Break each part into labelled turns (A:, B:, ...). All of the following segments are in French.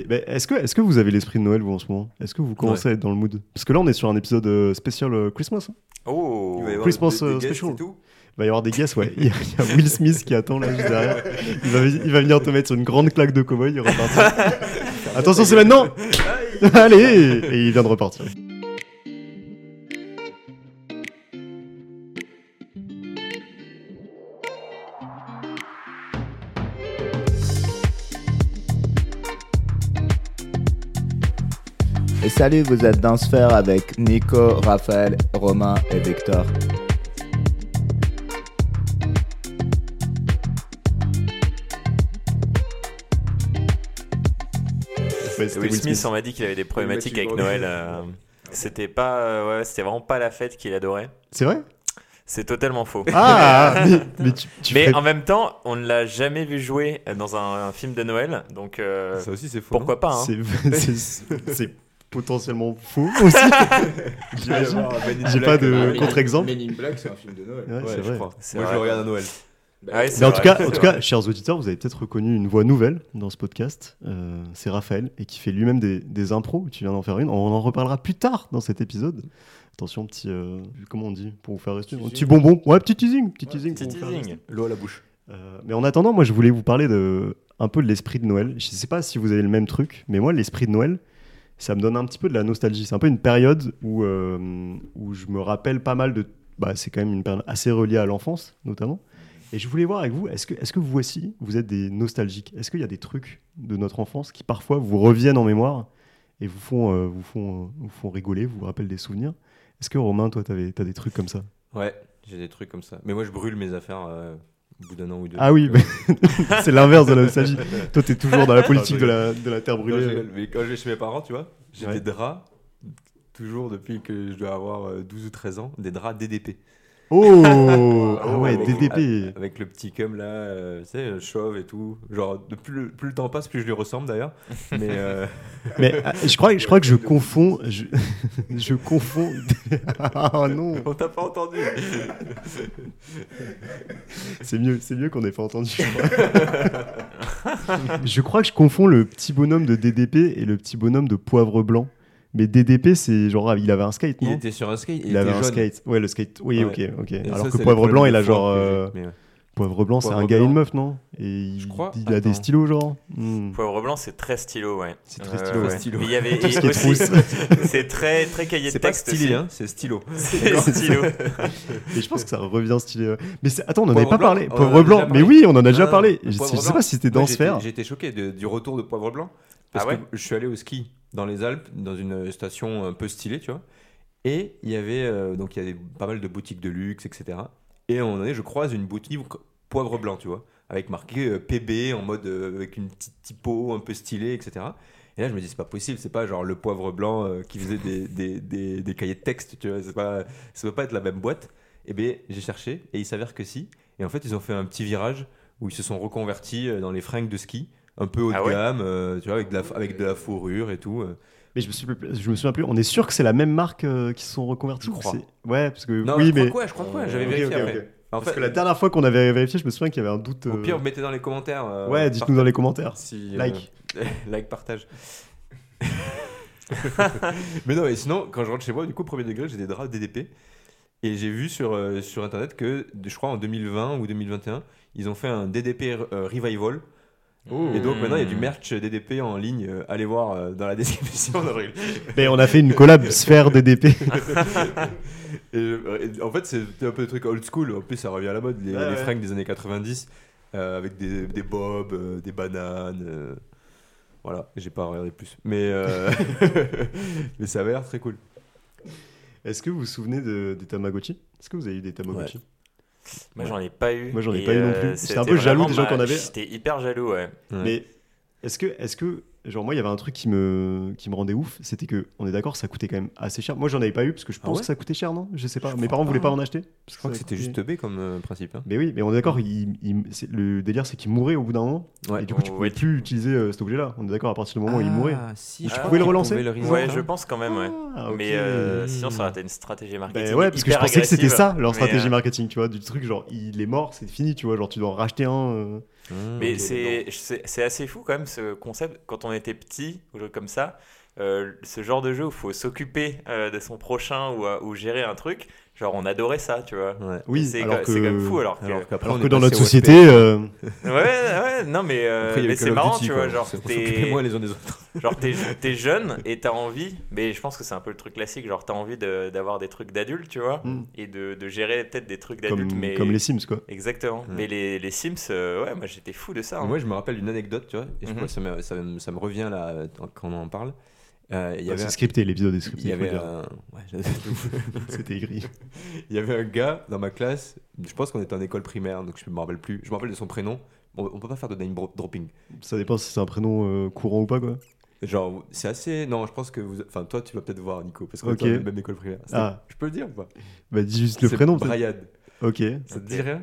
A: Mais Eh ben, Est-ce que, est que vous avez l'esprit de Noël, vous, en ce moment Est-ce que vous commencez à être dans le mood Parce que là, on est sur un épisode euh, spécial euh, Christmas. hein.
B: Oh
C: Il va y avoir
A: Christmas,
C: des- des
A: euh,
C: guests et
A: special.
C: tout.
A: Il va y avoir des guests, ouais. Il y, a, il y a Will Smith qui attend là juste derrière. Il va, il va venir te mettre sur une grande claque de cow-boy, il repartir. Attention, c'est maintenant
B: Ah,
A: Allez Et il vient de repartir.
D: Et salut, vous êtes dans Sphère avec Nico, Raphaël, Romain et Victor.
A: Ouais, c'était
B: Will Smith, on m'a dit qu'il avait des problématiques avec Noël.
C: Problématique.
B: euh, C'était pas, euh, ouais, c'était vraiment pas la fête qu'il adorait.
A: C'est vrai
B: C'est totalement faux.
A: Ah Mais, mais tu, tu
B: Mais
A: ferais-
B: en même temps, on ne l'a jamais vu jouer dans un, un film de Noël, donc euh,
C: Ça aussi, c'est faux.
B: pourquoi pas hein.
A: c'est- c'est- C'est potentiellement faux aussi. J'imagine.
B: Ben
A: J'ai pas de
B: euh,
E: Ah, Men in-
A: contre-exemple.
E: Men in Black, c'est un film de Noël.
A: Ouais,
C: Ouais,
A: c'est
C: je
A: vrai.
C: crois.
B: C'est
C: hein. Moi, je
B: vrai. Ah
C: le regarde à Noël.
E: Bah,
B: Ouais,
E: c'est-
B: c'est
A: Mais en tout
B: vrai,
A: cas,
B: c'est
A: en tout
B: vrai.
A: cas, chers auditeurs, vous avez peut-être reconnu une voix nouvelle dans ce podcast. Euh, c'est Raphaël et qui fait lui-même des, des impros. Tu viens d'en faire une. On en reparlera plus tard dans cet épisode. Attention, petit. euh, comment on dit Pour vous faire rester Un
E: Teasing.
A: petit bonbon. Ouais, petit teasing. Petit
E: Ouais,
A: teasing.
B: Petit
A: pour vous faire
B: teasing.
C: L'eau à la bouche.
A: euh, mais en attendant, moi, je voulais vous parler de, un peu de l'esprit de Noël. Je sais pas si vous avez le même truc, mais moi, l'esprit de Noël, ça me donne un petit peu de la nostalgie. C'est un peu une période où, euh, où je me rappelle pas mal de. Bah, c'est quand même une période assez reliée à l'enfance, notamment. Et je voulais voir avec vous, est-ce que, est que vous aussi, vous êtes des nostalgiques Est-ce qu'il y a des trucs de notre enfance qui parfois vous reviennent en mémoire et vous font, euh, vous font, vous font rigoler, vous rappellent des souvenirs Est-ce que Romain, toi, t'avais- t'as des trucs comme ça
C: Ouais, j'ai des trucs comme ça. Mais moi, je brûle mes affaires euh, au bout d'un an ou deux.
A: Ah oui,
C: Donc,
A: mais c'est l'inverse de la nostalgie. Toi, t'es toujours dans la politique de la, de la terre
C: euh, Ah, non, je
A: brûlée.
C: rigole, mais quand je vais chez mes parents, tu vois, j'ai
A: Ouais.
C: des draps, toujours depuis que je dois avoir euh, 12 ou 13 ans, des draps DDP.
A: Oh Ah ouais,
C: avec-
A: DDP
C: Avec le petit cum là, euh, tu sais, chauve et tout. Genre, de plus, le, plus le temps passe, plus je lui ressemble d'ailleurs. Mais euh,
A: Mais ah, je crois, je crois que je confonds... Je, je confonds... Ah non
C: on t'a pas entendu.
A: C'est mieux, c'est mieux qu'on n'ait pas entendu. je crois. je crois que je confonds le petit bonhomme de DDP et le petit bonhomme de Poivre Blanc. Mais DDP, c'est genre... ah, Il avait un skate,
C: Il
A: non
C: était sur un skate. Il,
A: Il avait
C: était
A: un
C: jaune.
A: skate. Ouais, le skate. Oui,
C: Ouais.
A: ok, ok.
C: Et
A: Alors
C: ça,
A: que
C: c'est le
A: Poivre
C: problème
A: Blanc,
C: de
A: il a
C: fois
A: genre...
C: que j'ai-
A: euh,
C: mais ouais.
A: Poivre Blanc, c'est
C: Poivre
A: un gars et
C: Blanc.
A: une meuf, non Et il,
C: Je crois-
A: il a des
C: attends.
A: stylos, genre. Hmm.
B: Poivre blanc, c'est très stylo, ouais.
A: C'est très stylo,
C: ouais.
B: Mais il y avait
A: Tout ce
B: et
A: qui est
B: aussi,
A: trousse.
B: c'est très très cahier de
C: C'est pas
B: texte.
C: stylé,
B: aussi.
C: hein, c'est stylo.
B: C'est stylo.
A: Et je pense que ça revient stylé. ouais. Mais c'est- attends, on n'en avait
C: Poivre
A: pas
C: blanc,
A: parlé.
C: on en a
A: Poivre
C: déjà
A: blanc,
C: parlé.
A: mais oui, on en a
C: Non,
A: déjà
C: non,
A: parlé.
C: le
A: Je,
C: poivre
A: je sais
C: blanc.
A: pas si c'était dans
C: Moi, j'étais-
A: Sphère.
C: J'étais choqué de- du retour de Poivre Blanc. Parce
B: Ah ouais
C: que je suis allé au ski dans les Alpes, dans une station un peu stylée, tu vois. Et il y avait euh, donc il y avait pas mal de boutiques de luxe, etc. Et à un moment donné, je croise une boutique Poivre Blanc, tu vois, avec marqué euh, PB en mode euh, avec une petite typo un peu stylée, etc. Et là, je me dis, c'est pas possible, c'est pas genre le poivre blanc euh, qui faisait des, des, des- des cahiers de texte, tu vois, c'est pas, ça peut pas être la même boîte. Et bien, j'ai cherché et il s'avère que si. Et en fait, ils ont fait un petit virage où ils se sont reconvertis euh, dans les fringues de ski, un peu haut
B: Ah
C: de
B: ouais
C: gamme, euh, tu vois, avec de, la, avec de la fourrure et tout. euh.
A: Mais je me, suis, plus- je me souviens plus. On est sûr que c'est la même marque euh, qui se sont reconvertis
C: Je
A: ou
C: crois.
A: c'est- Ouais, parce que.
C: Non,
A: oui,
C: je crois
A: mais.
C: que ouais, je crois que ouais, j'avais
A: Ok,
C: vérifié
A: ok,
C: après.
A: ok.
C: En
A: Parce
C: fait,
A: que la dernière fois qu'on avait vérifié, je me souviens qu'il y avait un doute.
C: au
A: euh,
C: pire, mettez dans les commentaires. euh,
A: Ouais,
C: par-
A: dites-nous dans les commentaires.
C: si, euh,
A: Like.
C: like, partage. mais non, et sinon, quand je rentre chez moi, du coup, premier degré, j'ai des draps DDP. Et j'ai vu sur, euh, sur internet que, je crois, en 2020 ou 2021, ils ont fait un DDP euh, revival. Et donc maintenant, il y a du merch DDP en ligne. euh, allez voir euh, dans la description. non, je rigole.
A: Mais Ben, on a fait une collab Sphère DDP.
C: Et, euh, et en fait, c'est un peu des trucs old school. En plus, ça revient à la mode. Les,
A: Ouais,
C: les
A: ouais.
C: fringues des années 90 euh, avec des, des bobs, euh, des bananes. euh, Voilà, j'ai pas regardé plus. Mais, euh, mais ça avait l'air très cool.
A: Est-ce que vous vous souvenez de- des Tamagotchi Est-ce que vous avez eu des Tamagotchi
B: Moi, j'en ai pas eu.
A: Moi, j'en ai
B: et,
A: pas eu non plus.
B: euh,
A: J'étais
B: c'était
A: un peu jaloux des gens
B: vraiment
A: qu'on
B: ma-
A: avait.
B: J'étais hyper jaloux, ouais.
C: Ouais.
A: Mais est-ce que, est-ce que, genre moi, il y avait un truc qui me, qui me rendait ouf, c'était que, on est d'accord, ça coûtait quand même assez cher. Moi, j'en avais pas eu parce que je
C: Ah
A: pense
C: ouais
A: que ça coûtait cher, non Je sais pas.
C: Je
A: Mes
C: crois
A: parents
C: pas,
A: voulaient pas
C: hein.
A: en acheter.
C: je crois que c'était juste B comme euh, principe. hein.
A: Mais oui, mais on est d'accord. il- il- c'est- le délire, c'est qu'il mourait au bout d'un moment.
C: Ouais. Ah,
A: et du coup, tu
B: Ouais,
A: pouvais
B: tu-
A: plus utiliser euh, cet objet-là. On est d'accord. À partir du moment où il mourait.
C: si,
B: Ah, je
C: je
B: crois qu'il
C: pouvais le
A: pouvait
C: relancer.
A: le
B: Ouais,
C: hein.
B: je pense quand même, ouais.
A: Ah, ok.
B: Mais euh,
C: Hmm.
B: sinon, ça aurait été une stratégie marketing.
A: Ben ouais, parce que je
B: hyper
A: pensais que c'était
B: agressive.
A: ça leur
B: Mais,
A: stratégie
B: euh,
A: marketing, tu vois, du truc genre il est mort, c'est fini, tu vois, genre tu dois en racheter un. euh.
B: Mais
C: Mmh.
B: c'est c'est c'est assez fou quand même ce concept. Quand on était petit, ou jeu comme ça, euh, ce genre de jeu où il faut s'occuper euh, de son prochain ou, euh, ou gérer un truc, genre on adorait ça, tu vois.
C: Ouais.
A: Oui,
B: c'est
A: alors
B: quand-
A: que,
B: c'est quand même fou alors que.
C: Alors qu'après,
A: alors
C: on
A: que
C: est
A: dans
C: passé
A: notre
C: au HP.
A: société, euh,
B: Ouais, ouais, non mais, euh,
C: Après, il y a eu
B: mais
C: Call
B: c'est
C: of
B: marrant,
C: Duty,
B: tu
C: quoi.
B: vois. Genre,
C: C'est- on
B: t'es-
C: s'occupait moins les uns des autres.
B: Genre t'es t'es jeune et t'as envie, mais je pense que c'est un peu le truc classique, genre t'as envie de- d'avoir des trucs d'adultes, tu vois,
A: Mm.
B: et de, de gérer peut-être des trucs
A: comme,
B: d'adultes, mais...
A: comme les Sims, quoi.
B: Exactement.
C: Mm.
B: Mais les, les Sims, euh, ouais, moi j'étais fou de ça. hein.
C: Moi, je me rappelle d'une anecdote, tu vois, et je
B: Mhm.
C: crois que ça me, ça me- ça me revient là euh, quand on en parle. Euh, Il y avait,
A: C'est scripté, l'épisode est scripté.
C: il y
A: faut le
C: avait
A: dire.
C: un- ouais, j'avais-
A: C'était écrit.
C: il y avait un gars dans ma classe, je pense qu'on était en école primaire, donc je me rappelle plus. Je me rappelle de son prénom. On, on peut pas faire de name dro- dropping.
A: Ça dépend si c'est un prénom euh, courant ou pas, quoi.
C: Genre, c'est assez. Non, je pense que vous. Enfin, toi, tu vas peut-être voir, Nico, parce qu'on
A: Ok.
C: était dans la même école primaire. C'était-
A: Ah.
C: Je peux le dire ou pas
A: Bah, dis juste le
C: C'est
A: prénom, peut-être.
C: Brian.
A: Ok,
C: Ça
B: Ok.
C: te dit rien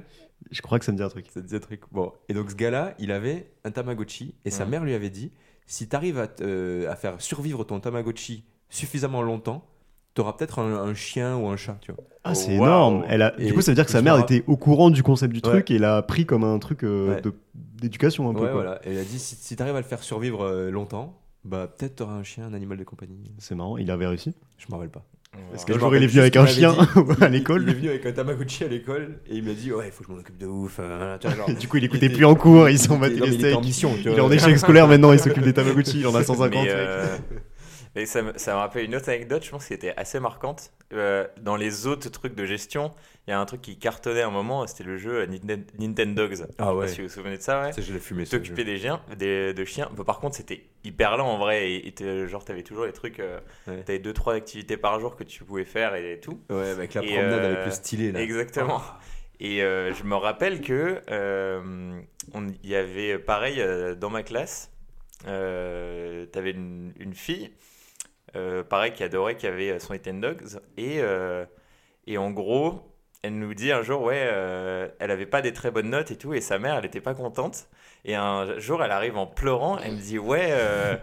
A: je crois que ça me dit un truc.
C: Ça te dit un truc. Bon, et donc ce gars-là, il avait un Tamagotchi et sa
B: Mhm.
C: mère lui avait dit si t'arrives à, t- euh, à faire survivre ton Tamagotchi suffisamment longtemps, t'auras peut-être un, un chien ou un chat, tu vois.
A: Ah,
B: Oh,
A: c'est
B: waouh.
A: énorme. Elle a... Du
C: Et-
A: coup, ça veut dire que
C: et
A: sa
C: je
A: mère
C: me ra-
A: était au courant du concept du
C: Ouais.
A: truc et l'a pris comme un truc euh,
C: Ouais.
A: de- d'éducation un peu.
C: ouais,
A: quoi.
C: voilà. Et elle a dit si, si t'arrives à le faire survivre euh, longtemps, bah peut-être t'auras un chien, un animal de compagnie.
A: C'est marrant, il avait réussi.
C: Je m'en rappelle pas.
A: Parce que
B: Voilà.
C: Je
A: le jour,
C: me
A: il est
C: rappelle
A: venu avec
C: juste
A: un
C: qu'il
A: chien
C: m'avait
A: à
C: Il est
A: l'école.
C: venu avec un Tamagotchi à l'école et il m'a dit ouais, il faut que je m'en occupe de ouf. euh, tu vois, genre,
A: Et Du coup, il écoutait
C: était-
A: plus en cours, il s'en
C: il
A: battait
C: était- non, mais
A: les
C: il était en
A: steaks.
C: mission, tu
A: Il est
C: vois.
A: en échec scolaire maintenant, il s'occupe des Tamagotchi, il en a 150.
B: Mais,
A: mec.
B: euh, mais ça, me, ça me rappelle une autre anecdote, je pense, qui était assez marquante. Euh, dans les autres trucs de gestion, il y a un truc qui cartonnait à un moment, c'était le jeu Ninten- Nintendogs. Je sais
C: Ah
B: pas
C: ouais.
B: Si vous vous souvenez de ça, ouais.
C: Ça, je l'ai fumé. ça, je-
B: T'occupais des chiens, des, de chiens. Bah, par contre, c'était hyper lent en vrai. Et, et t'es- genre, t'avais toujours les trucs. euh,
C: Ouais.
B: T'avais deux trois activités par jour que tu pouvais faire et tout.
C: Ouais, avec la
B: Et,
C: promenade
B: euh,
C: avec le stylet là.
B: Exactement. Et euh, je me rappelle que euh, on- il y avait pareil euh, dans ma classe. Euh, T'avais une, une fille, euh, pareil qui adorait, qui avait euh, son Eat and Dogs et euh, et en gros, elle nous dit un jour ouais, euh, elle avait pas des très bonnes notes et tout et sa mère elle était pas contente. Et un jour elle arrive en pleurant, elle me dit ouais, euh,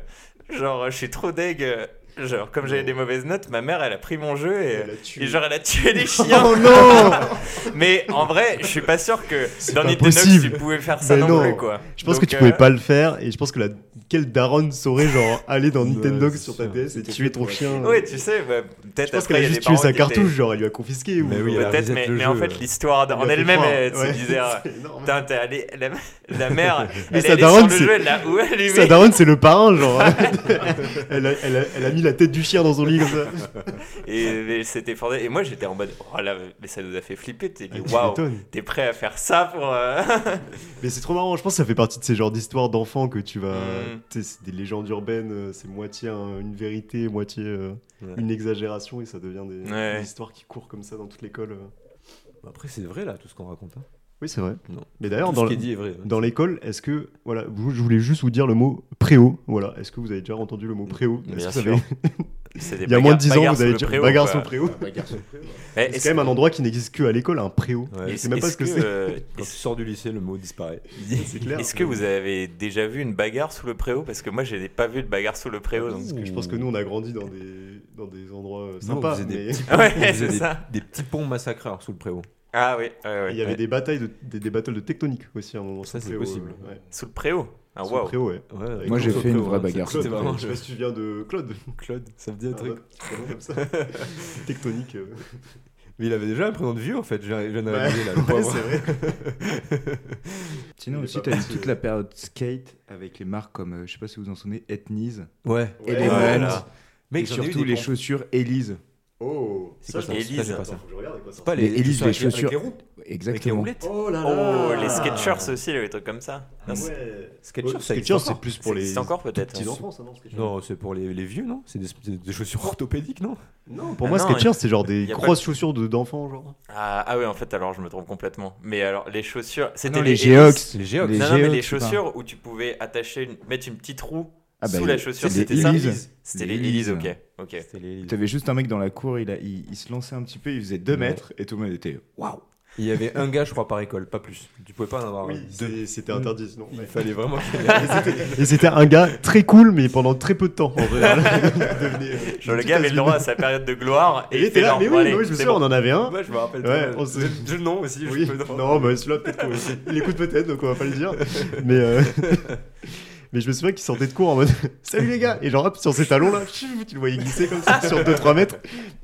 B: genre je suis trop deg, euh, genre comme j'avais des mauvaises notes, ma mère elle a pris mon jeu et, et genre elle a tué les chiens.
A: Oh non
B: Mais en vrai, je suis pas sûr que
A: C'est
B: dans
A: pas
B: Nintendo
A: possible.
B: tu pouvais faire ça
A: Mais
B: non,
A: non.
B: plus quoi.
A: Je pense
B: Donc,
A: que tu
B: euh,
A: pouvais pas le faire et je pense que la... quelle daronne saurait genre aller dans
C: Ouais,
A: Nintendo
C: c'est
A: sur ta
C: sûr.
A: DS et tuer ton chien.
B: Ouais, tu sais, bah, peut-être
A: Je pense
B: après
A: qu'elle a
B: il y a
A: juste
B: des
A: tué
B: parents
A: sa
B: qui étaient-
A: cartouche, genre elle lui a confisqué ou
C: Mais oui, elle a
B: Peut-être,
C: reset
B: mais,
C: le
B: mais en
C: jeu.
B: fait l'histoire
A: elle lui a
B: en
A: fait
B: elle-même,
A: croire.
B: elle- c'est
A: Ouais.
B: bizarre.
A: C'est énorme.
B: Putain, t'es allé, la, la mère,
A: Mais
B: elle
A: sa
B: est allée
A: daronne,
B: sur
A: c'est-
B: le jeu, elle l'a où elle
A: Sa daronne, c'est le parrain, genre. elle, a, elle a- elle a mis la tête du chien dans son lit comme ça.
B: Et mais c'était formidable. Et moi j'étais en mode, oh là, mais ça nous a fait flipper. T'es dit,
A: Tu
B: waouh,
A: m'étonnes.
B: t'es prêt à faire ça pour. euh,
A: Mais c'est trop marrant, je pense que ça fait partie de ces genres d'histoires d'enfants que tu vas.
B: Mm.
A: Tu sais, c'est des légendes urbaines, euh, c'est moitié un- une vérité, moitié euh,
C: Ouais.
A: une exagération et ça devient des,
B: Ouais.
A: des histoires qui courent comme ça dans toute l'école. euh.
C: Bah, Après, c'est vrai là, tout ce qu'on raconte. hein.
A: Oui, c'est vrai.
C: Non.
A: Mais d'ailleurs,
C: Tout
A: dans,
C: ce qui est dit est vrai. ouais.
A: dans l'école, est-ce que. Voilà, vous- je voulais juste vous dire le mot préau. Voilà, est-ce que vous avez déjà entendu le mot préau Est-ce
B: Bien
A: que vous
B: sûr.
A: avez-
B: c'est des
A: Il y a moins de
B: bagarres-
A: 10 ans,
B: bagarres
A: vous avez
B: sous
A: déjà
B: le préau,
A: bagarre
B: quoi.
A: sur le préau.
B: Eh,
A: C'est
B: est-ce-
A: quand même un endroit qui n'existe que à l'école, un préau.
C: Ouais.
A: Je
B: est-ce-
A: sais même pas
B: est-ce
A: ce que
B: que,
A: c'est.
B: euh,
C: Quand tu
B: est-ce-
C: sors du lycée, le mot disparaît.
A: C'est clair.
B: Est-ce que vous avez déjà vu une bagarre sous le préau Parce que moi, je n'ai pas vu de bagarre sous le préau. donc-
A: Parce que je pense que nous, on a grandi dans des, dans des endroits euh,
C: Non,
A: sympas.
C: vous êtes des
A: mais-
B: Ah
C: On faisait
B: Ouais, c'est
C: des,
B: ça.
C: des petits ponts massacreurs sous le préau.
B: Ah oui, ouais, ouais.
A: Il y avait
C: Ouais.
A: des batailles, de, des, des battles de tectonique aussi à un moment.
C: Ça,
A: sur
C: c'est
A: Préau,
C: possible.
A: euh, ouais.
B: Sous le préau Ah,
A: Sur
B: waouh.
A: Préau, ouais.
C: Ouais,
A: Moi, j'ai
C: sous le
A: fait
D: une
C: préau,
D: vraie
C: hein,
D: bagarre
C: C'était
A: Claude,
C: vraiment
A: je sais pas
C: le-
A: si tu viens de Claude.
C: Claude, ça me dit un
A: Un
C: truc.
A: autre petit prénom comme ça. tectonique. euh.
C: Mais il avait déjà un prénom de vieux en fait, j'ai j'ai
A: Ouais.
C: analysé là. le
A: Ouais,
C: pauvre.
A: c'est vrai.
D: Sinon
A: Il est
D: aussi,
A: pas
D: t'as eu
A: parti,
D: toute
A: euh.
D: la période skate avec les marques comme, euh, je sais pas si vous en souvenez, Ethnies,
C: Ouais.
A: Ouais. Oh
D: Element,
A: Ouais,
B: là.
D: et surtout les chaussures Elise.
A: Oh, ça,
C: C'est quoi
A: je
C: ça
A: pense-
B: Élise.
C: Ça, c'est pas
A: Attends,
C: ça.
A: faut que je regarde quoi ça.
C: Pas
D: les-
C: les
D: Élise,
C: tu sais,
D: les
C: avec- avec
D: chaussures.
C: les roues, avec les
D: Exactement.
C: roulettes.
A: Oh là
B: Oh,
A: là
B: les Skechers aussi, les trucs comme ça. Non, c'est-
A: Ah Ouais.
C: Skechers,
A: Oh,
C: ça existe
A: Skechers,
C: encore.
A: c'est plus
B: ça
A: pour les
B: existe encore peut-être. hein.
A: petits enfants, ça, non Skechers
C: Non, c'est pour les, les vieux, non C'est des, c'est des chaussures orthopédiques, non
A: Non, pour
B: Ah
A: moi,
B: non,
A: Skechers, c'est genre des
B: y a pas-
A: grosses chaussures de- d'enfants, genre.
B: Ah, ah oui, en fait, alors je me trompe complètement. Mais alors, les chaussures. C'était
D: non, les
B: Elise.
D: Geox.
C: Les Geox.
D: Les
B: non, non, mais
D: Geox,
B: les
D: tu parles.
B: chaussures où tu pouvais attacher, une- mettre une petite roue
D: Ah bah,
B: sous
D: les-
B: la chaussure,
D: c'est des
B: c'était ça
D: Élise.
B: C'était
D: Les
B: les Elise, ok.
D: Élise.
B: ok.
C: C'était les Élise.
D: T'avais juste un mec dans la cour, il, a, il, il se lançait un petit peu, il faisait 2
C: Ouais.
D: mètres et tout le monde était waouh!
C: Il y avait un gars, je crois, par école, pas plus. Tu pouvais pas en avoir
A: Oui,
C: deux.
A: c'est- c'était interdit sinon.
C: Il
A: ouais.
C: fallait vraiment qu'il y ait-
A: Mm. Et c'était- Et c'était un gars très cool, mais pendant très peu de temps. En vrai. Il devenait, euh,
B: Genre, le
A: tout
B: gars avait
A: azimut.
B: le droit à sa période de gloire
A: Et
B: et
A: il était là,
B: non,
A: mais
B: bon,
A: oui,
B: allez,
A: mais oui, je me
B: c'est
A: souviens,
B: bon.
A: on en avait un.
C: Moi, je me rappelle.
A: Ouais,
C: très
A: on
C: bien.
A: se-
C: J'ai- j'ai le nom aussi.
A: Oui.
C: Je peux...
A: Non, mais celui-là, peut-être qu'on- il écoute peut-être, donc on va pas le dire. Mais, euh, mais je me souviens qu'il sortait de cours en mode Salut les gars Et genre, hop, sur ses talons là, chou, tu le voyais glisser comme ça sur 2-3 mètres.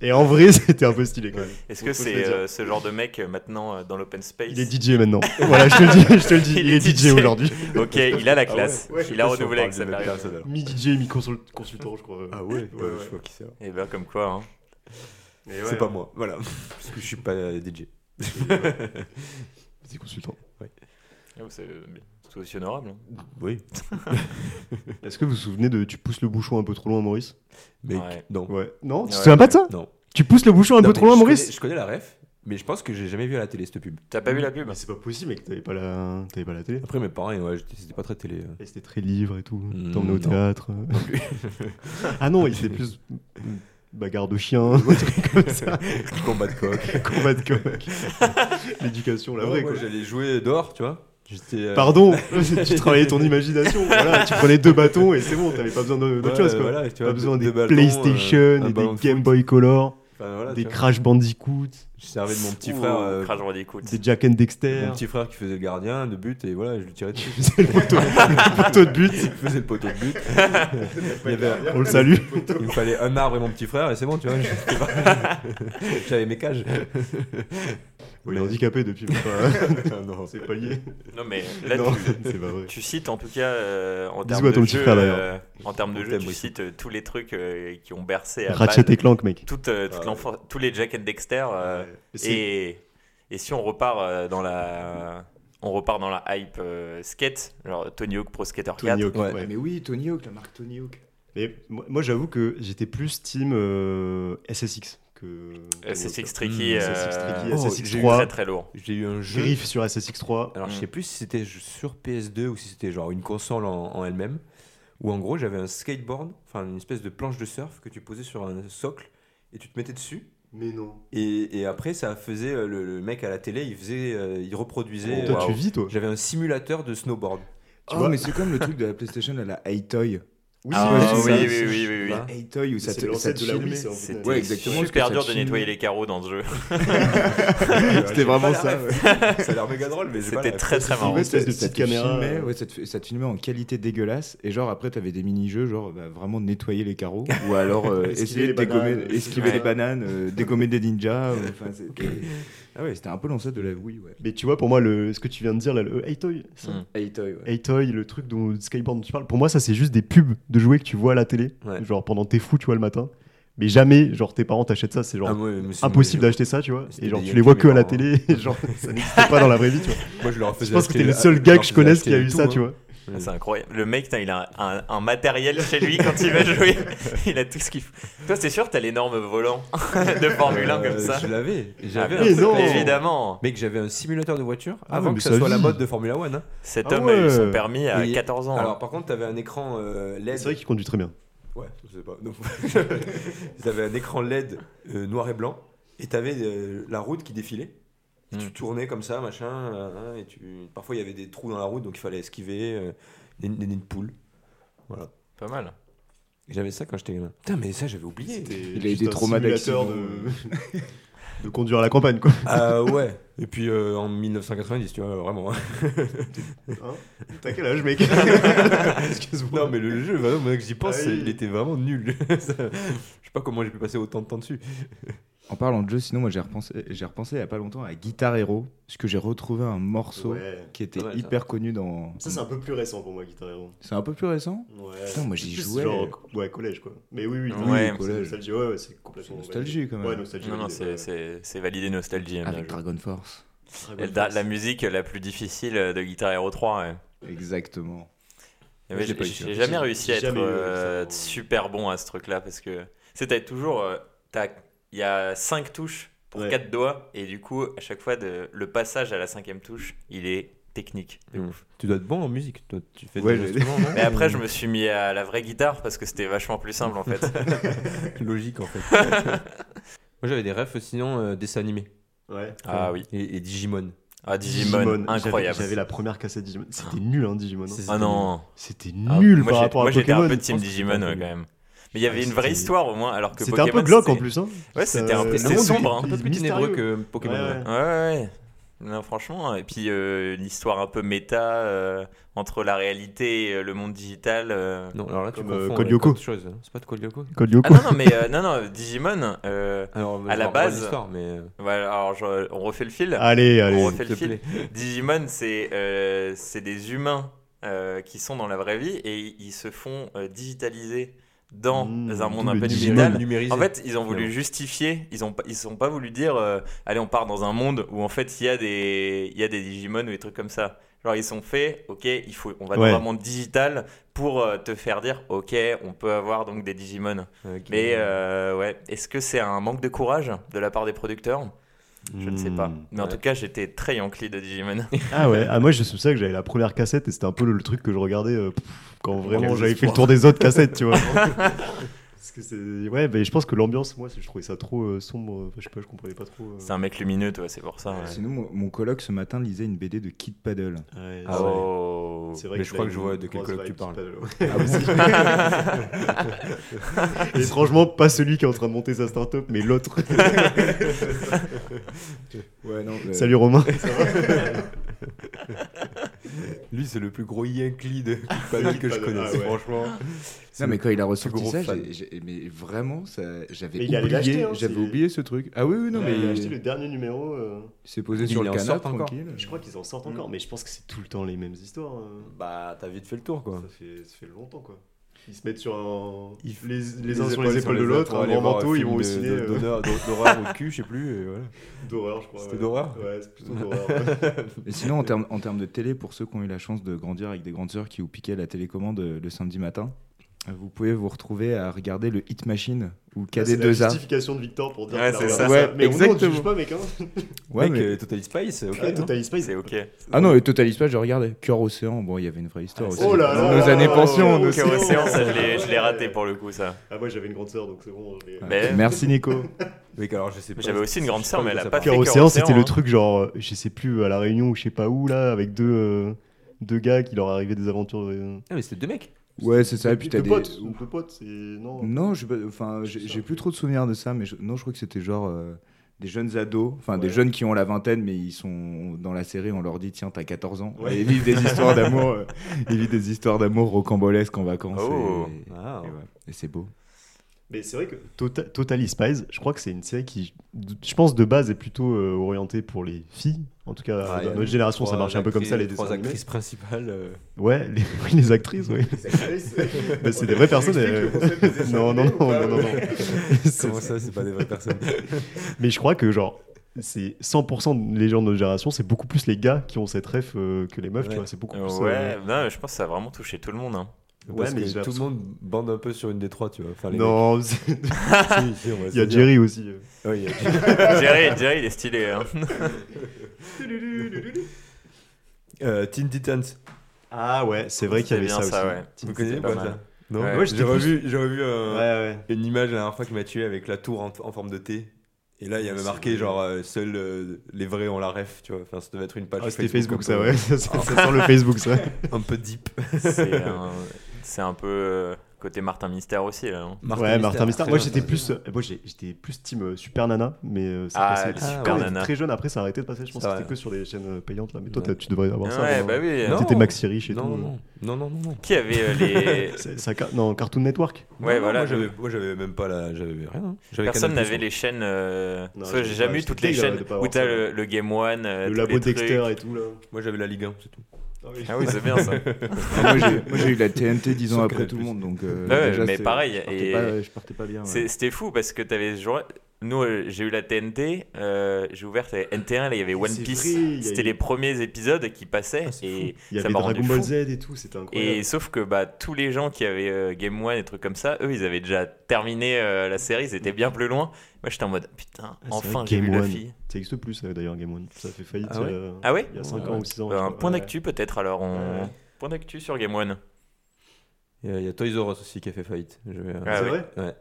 A: Et en vrai, c'était un peu stylé quand même.
B: Est-ce
A: Faut-
B: que
A: faut se le
B: c'est
A: dire.
B: euh, ce genre de mec euh, maintenant euh, dans l'open space
A: Il est DJ maintenant. voilà, je te le dis, je te le dis, il,
B: Il
A: est
B: est
A: DJ,
B: DJ.
A: aujourd'hui.
B: Ok, il a la
C: Ah
B: classe.
A: ouais, ouais,
B: il a renouvelé avec sa période.
A: Mi-DJ, mi-consultant, je crois.
C: Ah ouais,
A: Ouais, ouais.
C: je vois qui c'est.
B: Et ben comme quoi, hein.
A: Mais
C: C'est
A: ouais,
C: pas moi, voilà. Parce que je suis pas euh, DJ.
A: c'est consultant.
B: Oh, c'est c'est aussi honorable. hein.
C: Oui.
A: Est-ce que vous vous souvenez de Tu pousses le bouchon un peu trop loin, Maurice
C: Mais
B: Ouais.
C: non.
A: Ouais. Non, tu te
B: Ouais.
A: souviens pas de ça
C: Non.
A: Tu pousses le bouchon un
C: Non,
A: peu
C: mais
A: trop loin,
C: je
A: Maurice
C: connais- Je connais la ref, mais je pense que j'ai jamais vu à la télé cette pub.
B: T'as pas vu la pub
A: Mais c'est pas possible, mec, t'avais pas la, t'avais pas la télé.
C: Après, mes parents, ouais, j'étais- c'était pas très télé. euh.
A: Et c'était très livre et tout.
C: Mm,
A: T'emmenais au
C: non.
A: théâtre. ah non, il était plus bagarre de chiens, trucs comme ça.
C: Combat de coq.
A: Combat de coq. L'éducation, la
C: Ouais,
A: vraie,
C: moi,
A: quoi.
C: j'allais jouer dehors, tu vois. J'étais. euh,
A: Pardon, tu travaillais ton imagination. Voilà, tu prenais deux bâtons et c'est bon, t'avais pas besoin de- d'autre
C: ouais,
A: chose, quoi.
C: Voilà, tu
A: T'as
C: vois,
A: besoin
C: deux-
A: des
C: deux ballons,
A: PlayStation
C: euh, un
A: et
C: ballon
A: des
C: de
A: Game
C: foot.
A: Boy Color,
C: Enfin, voilà,
A: des
C: tu vois.
A: Crash Bandicoot,
C: Je servais de mon petit
B: Ouh,
C: frère. euh,
B: Crash Bandicoot.
A: des Jack and Dexter.
C: Mon petit frère qui faisait le gardien de but et voilà, je lui tirais dessus.
A: C'est le poteau, le poteau de but.
C: Il faisait le poteau de but. Il, y avait-
A: On le salue.
C: il me fallait un arbre et mon petit frère et c'est bon, tu vois. je- c'était pas- J'avais mes cages.
A: Bon, il est handicapé depuis. mais pas-
C: non.
A: C'est pas lié.
B: Non mais là
A: Non,
B: tu,
A: c'est pas vrai.
B: tu cites en tout cas euh,
A: Bisous
B: en termes
A: à
B: de
A: ton petit
B: jeu,
A: frère, d'ailleurs.
B: euh, en termes de
C: On
B: jeu,
C: t'aime
B: tu
C: aussi.
B: cites euh, tous les trucs euh, qui ont bercé à
A: Ratchet
B: balle
A: et Clank, mec.
B: toute, euh, toute
C: Ah ouais.
B: l'enfance, tous les Jack and Dexter. euh, et et si on repart euh, dans la on repart dans la hype euh, skate, genre Tony Hawk Pro Skater 4.
A: Tony Hawk.
C: Ouais.
A: ouais.
E: Mais oui, Tony Hawk, la marque Tony Hawk.
A: Mais moi, moi, j'avoue que j'étais plus team euh, SSX que.
B: Euh, SSX Tricky,
C: Mm,
B: euh,
A: SSX Tricky,
B: oh,
A: SSX
B: j'ai eu
A: 3.
B: très très lourd.
C: J'ai eu un jeu.
A: Griffe sur SSX3.
C: Alors, je
B: Mm.
C: sais plus si c'était ju- sur PS2 ou si c'était genre une console en, en elle-même. Où en gros, j'avais un skateboard, enfin une espèce de planche de surf que tu posais sur un socle et tu te mettais dessus.
A: Mais non.
C: Et, et après, ça faisait euh, le, le mec à la télé, il faisait, euh, il reproduisait.
A: toi,
C: euh,
A: tu vis, toi.
C: J'avais un simulateur de snowboard.
A: Tu
E: oh,
A: vois
E: mais c'est comme le truc de la PlayStation, là, la Hey-Toy.
A: Oui,
B: Ah,
E: c'est
B: oui,
E: ça,
B: oui, oui, oui, oui.
C: Voilà.
E: Hey-Toy où ça
A: C'est
E: te, ça
A: l'ancêtre
E: te
A: de la
E: filmait.
A: Wii, c'est en fait.
B: C'était
E: Ouais, exactement, parce que
B: super
E: ça
B: dur de
E: filme.
B: nettoyer les carreaux dans ce jeu.
E: C'était vraiment ça. ouais.
C: Ça a l'air méga drôle, mais j'ai pas
B: C'était
C: la-
B: très
A: c'est
B: très
E: En
B: marrant.
A: vrai.
E: fait,
A: espèce
E: ça-
A: de
E: ça
A: petite
E: te
A: caméra,
E: filmait,
A: euh.
E: ouais, ça, te, ça te filmait en qualité dégueulasse. Et genre, après, t'avais des mini-jeux, genre bah, vraiment nettoyer les carreaux. ou alors euh,
A: Esquiver
E: essayer
A: les
E: de dégommer,
A: bananes,
E: esquiver
A: ouais.
E: les bananes, euh, dégommer des ninjas. euh, enfin, c'était- ah ouais, c'était un peu l'ancêtre de la Wii, ouais.
A: Mais tu vois, pour moi, le, ce que tu viens de dire, là, le Hey Toy, ça.
B: Mm.
E: Hey-Toy, ouais.
A: Hey Toy, le truc dont le skateboard dont tu parles, pour moi, ça, c'est juste des pubs de jouets que tu vois à la télé.
C: Ouais.
A: Genre pendant tes fous, tu vois, le matin. Mais jamais, genre, tes parents t'achètent ça. C'est genre
C: Ah, moi, mais c'est-
A: impossible
C: moi,
A: d'acheter ça, tu vois.
C: C'était
A: Et genre,
C: des hein.
A: tu les vois
C: Yankees,
A: que à
C: mes
A: la
C: parents.
A: télé. et genre, ça n'existait pas dans la vraie vie, tu vois.
C: je- Moi, je leur
A: Je
C: faisais
A: pense que
C: acheter
A: t'es le
C: la-
A: seul
C: je
A: gars
C: leur
A: que je
C: faisais
A: connaisse
C: acheter
A: qui a
C: et
A: eu
C: tout,
A: ça,
C: hein.
A: tu vois.
B: Ah, C'est incroyable. Le mec, putain, il a un, un- un matériel chez lui quand il va jouer. Il a tout ce qu'il faut. Toi, c'est sûr, t'as l'énorme volant de Formule 1 comme
C: Euh,
B: ça.
C: Je l'avais. J'avais
A: mais
B: Ah,
C: un
B: mais
C: truc
A: non.
C: pareil.
B: Évidemment.
C: Mec, j'avais un simulateur de voiture
A: Ah ouais,
C: avant
A: mais
C: que ça
A: ça
C: soit la
A: vit.
C: mode de Formula One. hein.
B: Cet
A: Ah
B: homme a eu son
A: ouais.
B: permis à
C: Et-
B: 14 ans.
C: Alors, par contre, t'avais un écran euh, LED.
A: C'est vrai qu'il conduit très bien.
C: Ouais, je sais pas. Non. t'avais un écran LED euh, noir et blanc et t'avais euh, la route qui défilait. Et
B: Mm.
C: tu tournais comme ça, machin. euh, hein, et tu... Parfois, il y avait des trous dans la route, donc il fallait esquiver euh, des, des nids de poules. Voilà.
B: hein. Pas mal.
C: J'avais ça quand j'étais gamin. Putain, mais ça, j'avais oublié.
A: Il
E: juste des un traumas simulateur
A: de... de conduire à la campagne, quoi.
C: Ah ouais. Et puis euh, en 1990, tu vois, vraiment.
A: T'as quel âge, mec Excuse-moi.
C: Non, mais le jeu, vraiment, maintenant que j'y pense,
A: Ah oui.
C: c'est- il était vraiment nul. Ça- Je sais pas comment j'ai pu passer autant de temps dessus.
E: En parlant de jeu, sinon, moi, j'ai repensé, j'ai repensé il y a pas longtemps à Guitar Hero, parce que j'ai retrouvé un morceau
A: Ouais.
E: qui était
C: Pas mal, ça.
E: hyper connu dans.
A: Ça, c'est un peu plus récent pour moi, Guitar Hero.
E: C'est un peu plus récent
A: Ouais.
E: Putain, moi, j'y
A: C'est plus
E: jouais.
A: Genre, ouais, collège, quoi. Mais oui, oui,
B: Ouais,
A: oui,
B: mais
A: c'est
E: collège.
A: nostalgie. Ouais, ouais, c'est
E: C'est
A: complètement.
E: nostalgie quand même.
A: Ouais, nostalgie.
B: Non, non,
A: validé,
B: c'est-
A: ouais.
B: c'est c'est validé nostalgie. hein, bien
E: Avec
B: joué.
E: Dragon Force.
A: Dragon
B: Et La,
A: Force.
B: la musique la plus difficile de Guitar Hero 3. ouais.
E: Exactement.
B: Ah Ouais,
C: Moi, je l'ai
B: j'ai
C: pas eu, celui-là.
B: j'ai jamais
A: J'ai-
B: réussi
A: j'ai
B: à être
A: jamais eu,
B: euh,
A: ça,
B: super bon à ce truc-là parce que c'était toujours. euh, t'as- Il y a 5 touches pour
A: Ouais.
B: 4 doigts et du coup, à chaque fois, de, le passage à la cinquième touche, il est technique. de
C: Mm.
B: ouf.
C: Tu dois être bon en musique. Toi, tu fais
E: Ouais,
C: des
E: j'ai-
C: instruments, non
B: Mais après, je me suis mis à la vraie guitare parce que c'était vachement plus simple en fait.
C: Logique en fait. Moi j'avais des rêves sinon euh, dessins animés.
A: Ouais.
B: Ah oui.
C: Et, et Digimon.
B: Ah, Digimon, incroyable.
A: J'avais j'avais la première cassette Digimon. C'était nul, hein, Digimon. hein.
C: C'est-
B: Ah non.
A: C'était
B: Ah,
A: nul
B: moi,
A: par
B: j'ai-
A: rapport
B: Moi
A: à Pokémon.
B: j'étais un peu team Digimon ouais, quand même. Mais il y avait
A: Ouais,
B: une vraie
A: c'était-
B: histoire au moins, alors que
A: C'était un peu
B: Pokémon,
A: glauque en
B: c'était-
A: plus. Hein.
B: Ouais, c'était un peu
A: Ça-
B: c'était
A: non,
B: sombre.
A: c'est-
B: hein.
C: Un peu plus ténébreux que euh, Pokémon.
A: Ouais, ouais.
B: Ouais, ouais. ouais. Non, franchement, et puis euh, une histoire un peu méta euh, entre la réalité et euh, le monde digital. euh.
C: Non, alors là, tu
A: Comme,
C: confonds
A: euh,
C: avec
A: Code Lyoko.
C: autre chose. C'est pas de Code Lyoko
A: Code Lyoko.
B: Ah non, non, mais euh, non, non, Digimon, euh,
C: Alors,
B: la
C: je me rappelle
B: base-
C: l'histoire, mais euh,
B: voilà, alors je- on refait le fil.
A: Allez, allez.
B: On refait
C: s'il
B: le
C: te
B: fil.
C: plaît.
B: Digimon, c'est euh, c'est des humains euh, qui sont dans la vraie vie et ils se font euh, digitaliser dans
A: Mmh,
B: un monde
A: d'où
B: un
A: le
B: peu
A: Digimon.
B: digital.
C: numérisé.
B: En fait, ils ont voulu
C: Finalement.
B: justifier, ils ont pas- ils sont pas voulu dire euh, allez, on part dans un monde où en fait il y a des il y a des Digimon ou des trucs comme ça. Genre ils sont faits, OK, il faut on va
A: Ouais.
B: dans un monde digital pour euh, te faire dire OK, on peut avoir donc des Digimon.
C: Euh, qui-
B: Mais euh, ouais, est-ce que c'est un manque de courage de la part des producteurs Je ne sais pas.
A: Hmm.
B: Mais en
C: Ouais.
B: tout cas, j'étais très Yankee de Digimon.
A: Ah ouais, ah, moi je sais ça que j'avais la première cassette et c'était un peu le, le truc que je regardais euh, pff, quand vraiment
C: Quel
A: j'avais fait le tour
C: espoir.
A: des autres cassettes, tu vois. Parce que c'est- ouais, mais je pense que l'ambiance, moi c'est- je trouvais ça trop euh, sombre, Enfin, je sais pas, je comprenais pas trop. euh.
B: c'est un mec lumineux toi, c'est pour ça. ouais.
E: Sinon, mon, mon coloc ce matin lisait une BD de Kid Paddle.
A: Ouais,
C: Ah
A: c'est-
C: ouais.
B: Oh.
A: c'est vrai
C: Mais
A: que
C: je crois
A: t'as
C: que je
A: une
C: vois de quel
A: grosse
C: club
A: vibe
C: tu
A: qui
C: parles.
A: paddle. Et Étrangement, pas celui qui est en train de monter sa start-up, mais l'autre.
E: Ouais, non. euh,
A: Salut Romain.
C: Lui, c'est le plus gros Yankee de Panel que je
A: Paddle,
C: connais.
A: ah ouais.
C: Franchement,
E: Non, mais quand il a ressorti
C: gros
E: ça,
C: fan.
E: j'ai- j'ai- mais vraiment, ça- j'avais
A: Mais il allait
E: oublié,
A: l'acheter, hein,
E: j'avais
A: c'est-
E: oublié ce truc. Ah oui, oui, non,
A: Non,
E: mais
A: mais j'ai acheté le dernier numéro. euh,
E: il s'est posé
C: Il
E: sur le
C: en
E: canapé
C: sort encore.
E: tranquille.
A: Je crois qu'ils en
C: Mm.
A: sortent encore, mais je pense que c'est tout le temps les mêmes histoires. euh.
C: bah, t'as vite fait le tour, quoi.
A: Ça fait, ça fait longtemps quoi. Ils se mettent sur un.
C: Ils f-
A: les, les uns sur les épaules de l'autre,
C: pour
A: un
C: aller
A: grand
C: voir
A: manteau,
C: un
A: ils
C: film
A: vont au
C: de-
A: ciné.
C: de-
A: euh,
C: d'horreur- D'horreur ou de cul, je sais plus. et voilà.
A: D'horreur, je crois.
C: C'était
A: ouais.
C: d'horreur
A: Ouais, c'est plutôt d'horreur. ouais.
E: Et sinon, en termes en termes de télé, pour ceux qui ont eu la chance de grandir avec des grandes sœurs qui vous piquaient la télécommande euh, le samedi matin, euh, vous pouvez vous retrouver à regarder le Hit Machine ou
A: Ça, c'est la
E: KD2A.
A: justification de Victor pour dire
B: Ouais,
A: que
B: c'est
A: la
B: ça,
A: regarde.
E: ça.
A: Mais on ne
E: Exactement.
A: juge pas, mec. Hein.
E: Ouais,
C: Mec,
E: mais-
C: euh, Total Spice, ok.
A: Ah,
C: non
A: Total Space.
B: C'est OK.
E: Ah non, et Total Space, je regardais. Cœur Océan, bon, il y avait une vraie histoire aussi.
A: Oh là là
E: Nos
A: là
E: années
A: là
E: pension.
A: là
E: nos-
A: là.
B: OK, Océan, ça je l'ai je l'ai raté pour le coup ça.
A: Ah, moi j'avais une grande sœur donc c'est bon. euh, je l'ai-
B: Mais-
E: Merci Nico.
C: Mec, alors je sais pas.
B: Mais J'avais aussi une
C: Je
B: grande
C: sais
B: sœur,
C: pas
B: mais
C: de
B: elle a
C: quoi
B: pas
C: ça
B: fait
A: Cœur
B: Cœur
A: Océan, c'était
B: hein.
A: le truc, genre, euh, je sais plus, à La Réunion ou je sais pas où, là, avec deux, euh, deux gars qui leur arrivaient des aventures. euh,
C: parle. Ah, mais c'était deux mecs.
E: Ouais, c'est ça. Et puis t'as
A: deux
E: des.
A: potes. ou Deux potes, c'est. Non.
E: Non, je sais pas- enfin, j'ai j'ai plus trop de souvenirs de ça, mais je- non, je crois que c'était genre euh, des jeunes ados, enfin des
A: Ouais.
E: jeunes qui ont la vingtaine, mais ils sont dans la série, on leur dit tiens, t'as 14 ans.
A: Ouais.
E: Et ils vivent des histoires d'amour, euh, ils vivent des histoires d'amour rocambolesques en vacances.
B: Oh.
E: Et,
C: Ah,
E: et ouais.
A: Bah,
E: Et c'est beau.
A: Mais c'est vrai que Tota- Totally Spies, je crois que c'est une série qui, d- je pense, de base est plutôt euh, orientée pour les filles. En tout cas,
C: Ah, il y
A: dans
C: a
A: notre génération, ça
C: trois
A: marchait un peu comme ça,
C: actrices-
A: les
C: trois
A: dessins animés.
C: actrices principales. euh,
A: Ouais, les, oui, les actrices, oui. Bah, c'est des vraies personnes. elles- Non, non, non, non, non, non. C'est-
C: Comment ça, c'est pas des vraies personnes
A: Mais je crois que, genre, c'est 100% les gens de notre génération, c'est beaucoup plus les gars qui ont cette ref euh, que les meufs, tu
C: Ouais.
A: vois. C'est beaucoup
B: Euh,
A: plus. euh,
B: Ouais, non, mais je pense que ça a vraiment touché tout le monde. hein.
A: Ouais,
C: Parce
A: mais
C: que
A: j'ai
C: tout le
A: l'impression-
C: monde bande un peu sur une des trois, tu vois. Enfin, les
A: Non, c'est-
C: mecs. Si, si, on va
A: il
C: se
A: y a
C: dire.
A: Jerry aussi. euh.
C: Ouais, il y a-
B: Jerry, Jerry, il est stylé. hein.
C: Euh, Teen Titans.
A: Ah ouais, c'est vrai qu'il y
B: C'était
A: avait
B: bien
A: ça,
B: ça,
A: aussi.
B: ouais.
C: Vous connaissez
B: pas
C: pas
B: mal.
C: ça Non.
B: Ouais.
C: Ouais,
B: Moi,
A: j'étais
C: j'ai
A: plus-
C: revu, j'ai revu
A: Ouais,
C: euh,
A: ouais.
C: une image la dernière fois qui m'a tué avec la tour en, en forme de T. Et là, il y avait
A: C'est
C: marqué
A: vrai.
C: genre euh, seuls euh, les vrais ont la ref, tu vois. Enfin, ça devait être une page.
A: Ah, c'était Facebook, ça,
C: un peu-
A: ouais. Ça, ça sent le Facebook, ça.
C: Un peu deep.
B: C'est un, c'est un peu euh, côté Martin Mystère aussi. Là, hein.
A: ouais,
C: Mystère,
A: Martin Mystère.
C: très
A: Moi,
C: bien,
A: j'étais
C: ça.
A: plus, euh, moi, j'ai- j'étais plus team euh, Super Nana, mais euh, ça
B: Ah,
A: passait.
B: les
A: quand
C: Super
A: on était
B: Nana.
A: Très jeune, après, ça a arrêté de passer. Je pense
C: Ça,
A: que c'était
C: ouais.
A: que sur les chaînes euh, payantes là. Mais toi,
C: Ouais.
A: t'as- tu devrais avoir ça.
B: ouais,
A: avant.
B: bah oui.
C: Non.
A: T'étais maxi-riche et
C: Non,
A: tout.
C: non, non, non, non, non.
B: Qui avait euh, les.
A: C'est- ça ca- non, Cartoon Network.
B: Ouais,
C: Non,
B: voilà.
C: Moi, j'avais- moi, j'avais même pas la, j'avais rien. hein. J'avais
B: Personne
C: Canal+,
B: n'avait
C: moi.
B: les chaînes. euh,
A: Non,
B: parce que
A: j'étais
B: J'ai
A: pas-
B: jamais eu
A: j'étais
B: toutes les
A: dégueu
B: chaînes
A: de pas avoir
B: où t'as
A: ça.
B: le, le Game One, euh,
A: Le
B: tous
A: labo
B: les trucs.
A: Dexter et tout là.
C: Moi, j'avais la Ligue 1, c'est tout.
B: Ah oui, c'est bien ça.
E: moi, j'ai- moi, j'ai eu la TNT 10 ans
C: Sur
E: après
C: Canal+.
E: tout le monde, donc. euh,
B: Ouais,
E: déjà,
B: mais
E: c'est-
B: pareil,
E: Je partais,
B: et-
E: pas, je partais pas bien. ouais.
B: C'est- C'était fou parce que t'avais ce jour. Nous, euh, j'ai eu la TNT, euh, j'ai ouvert la NT1, là, il y avait One
A: C'est
B: Piece.
A: vrai, il y a
B: C'était
A: eu-
B: les premiers épisodes qui passaient.
C: Ah, c'est
B: et
A: Il y
B: ça
A: avait
B: m'a rendu
A: Dragon Ball
B: fou.
A: Z et tout. C'était incroyable.
B: Et sauf que bah, tous les gens qui avaient euh, Game One et trucs comme ça, eux, ils avaient déjà terminé euh, la série, ils étaient bien plus loin. Moi, j'étais en mode, putain,
A: Ah, c'est
B: enfin,
A: vrai que
B: j'ai vu
A: Game
B: la
A: One.
B: fille.
A: Ça existe plus ça, d'ailleurs Game One. Ça a fait faillite
C: Ah ouais
A: euh,
B: Ah ouais
A: il y a 5
C: Ouais.
A: ans ou 6 ans. je
B: Euh, Un
A: crois.
B: point
A: Ouais.
B: d'actu, peut-être, alors. On...
A: Ouais.
B: Point d'actu sur Game One.
C: Il y a- il y a Toys R Us aussi qui a fait faillite. J'avais, euh,
B: Ah
A: C'est
B: ouais.
A: vrai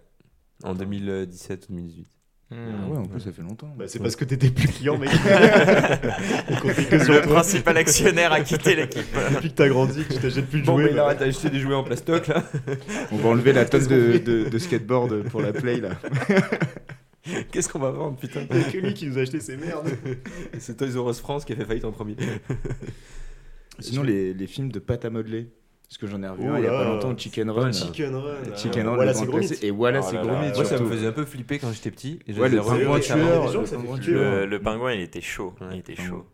C: En 2017 ou 2018.
B: Hmm.
E: Ah ouais, en plus, ça fait longtemps.
A: Bah, c'est parce que t'étais plus client, mec. On comptait que
B: Le
A: sur toi.
B: principal actionnaire a quitté l'équipe.
A: Depuis que t'as grandi, que tu t'achètes plus de
C: Bon,
A: jouets.
C: mais
A: bah,
C: là, t'as acheté des jouets en plastoc, là.
E: On va enlever la tonne de, de- de skateboard pour la play, là.
C: Qu'est-ce qu'on va vendre, putain
A: Il y a que lui qui nous a acheté ces merdes.
C: C'est Toys R Us France qui a fait faillite en premier.
E: Sinon, les, les films de pâte à modeler. Parce que j'en ai revu
A: Oh
E: un il y a
A: là.
E: pas longtemps, Chicken Run.
A: Chicken Run.
E: Chicken Run,
A: Voilà,
E: le
A: c'est
E: grand
A: gros mythe.
E: classique. Et voilà,
B: Oh
E: c'est
B: là
E: gros
B: là.
E: mythe,
B: Moi,
C: Moi, ça me
E: surtout.
C: faisait un peu flipper quand j'étais petit. Et
E: Ouais,
C: j'avais
A: C'est
E: le
A: vrai,
E: pingouin
A: ouais,
C: revu
E: tueur,
A: il y a
E: le
A: des gens, ça fait
E: pingouin
A: flipper.
E: tueur.
B: Le, le pingouin, il était chaud. il était chaud.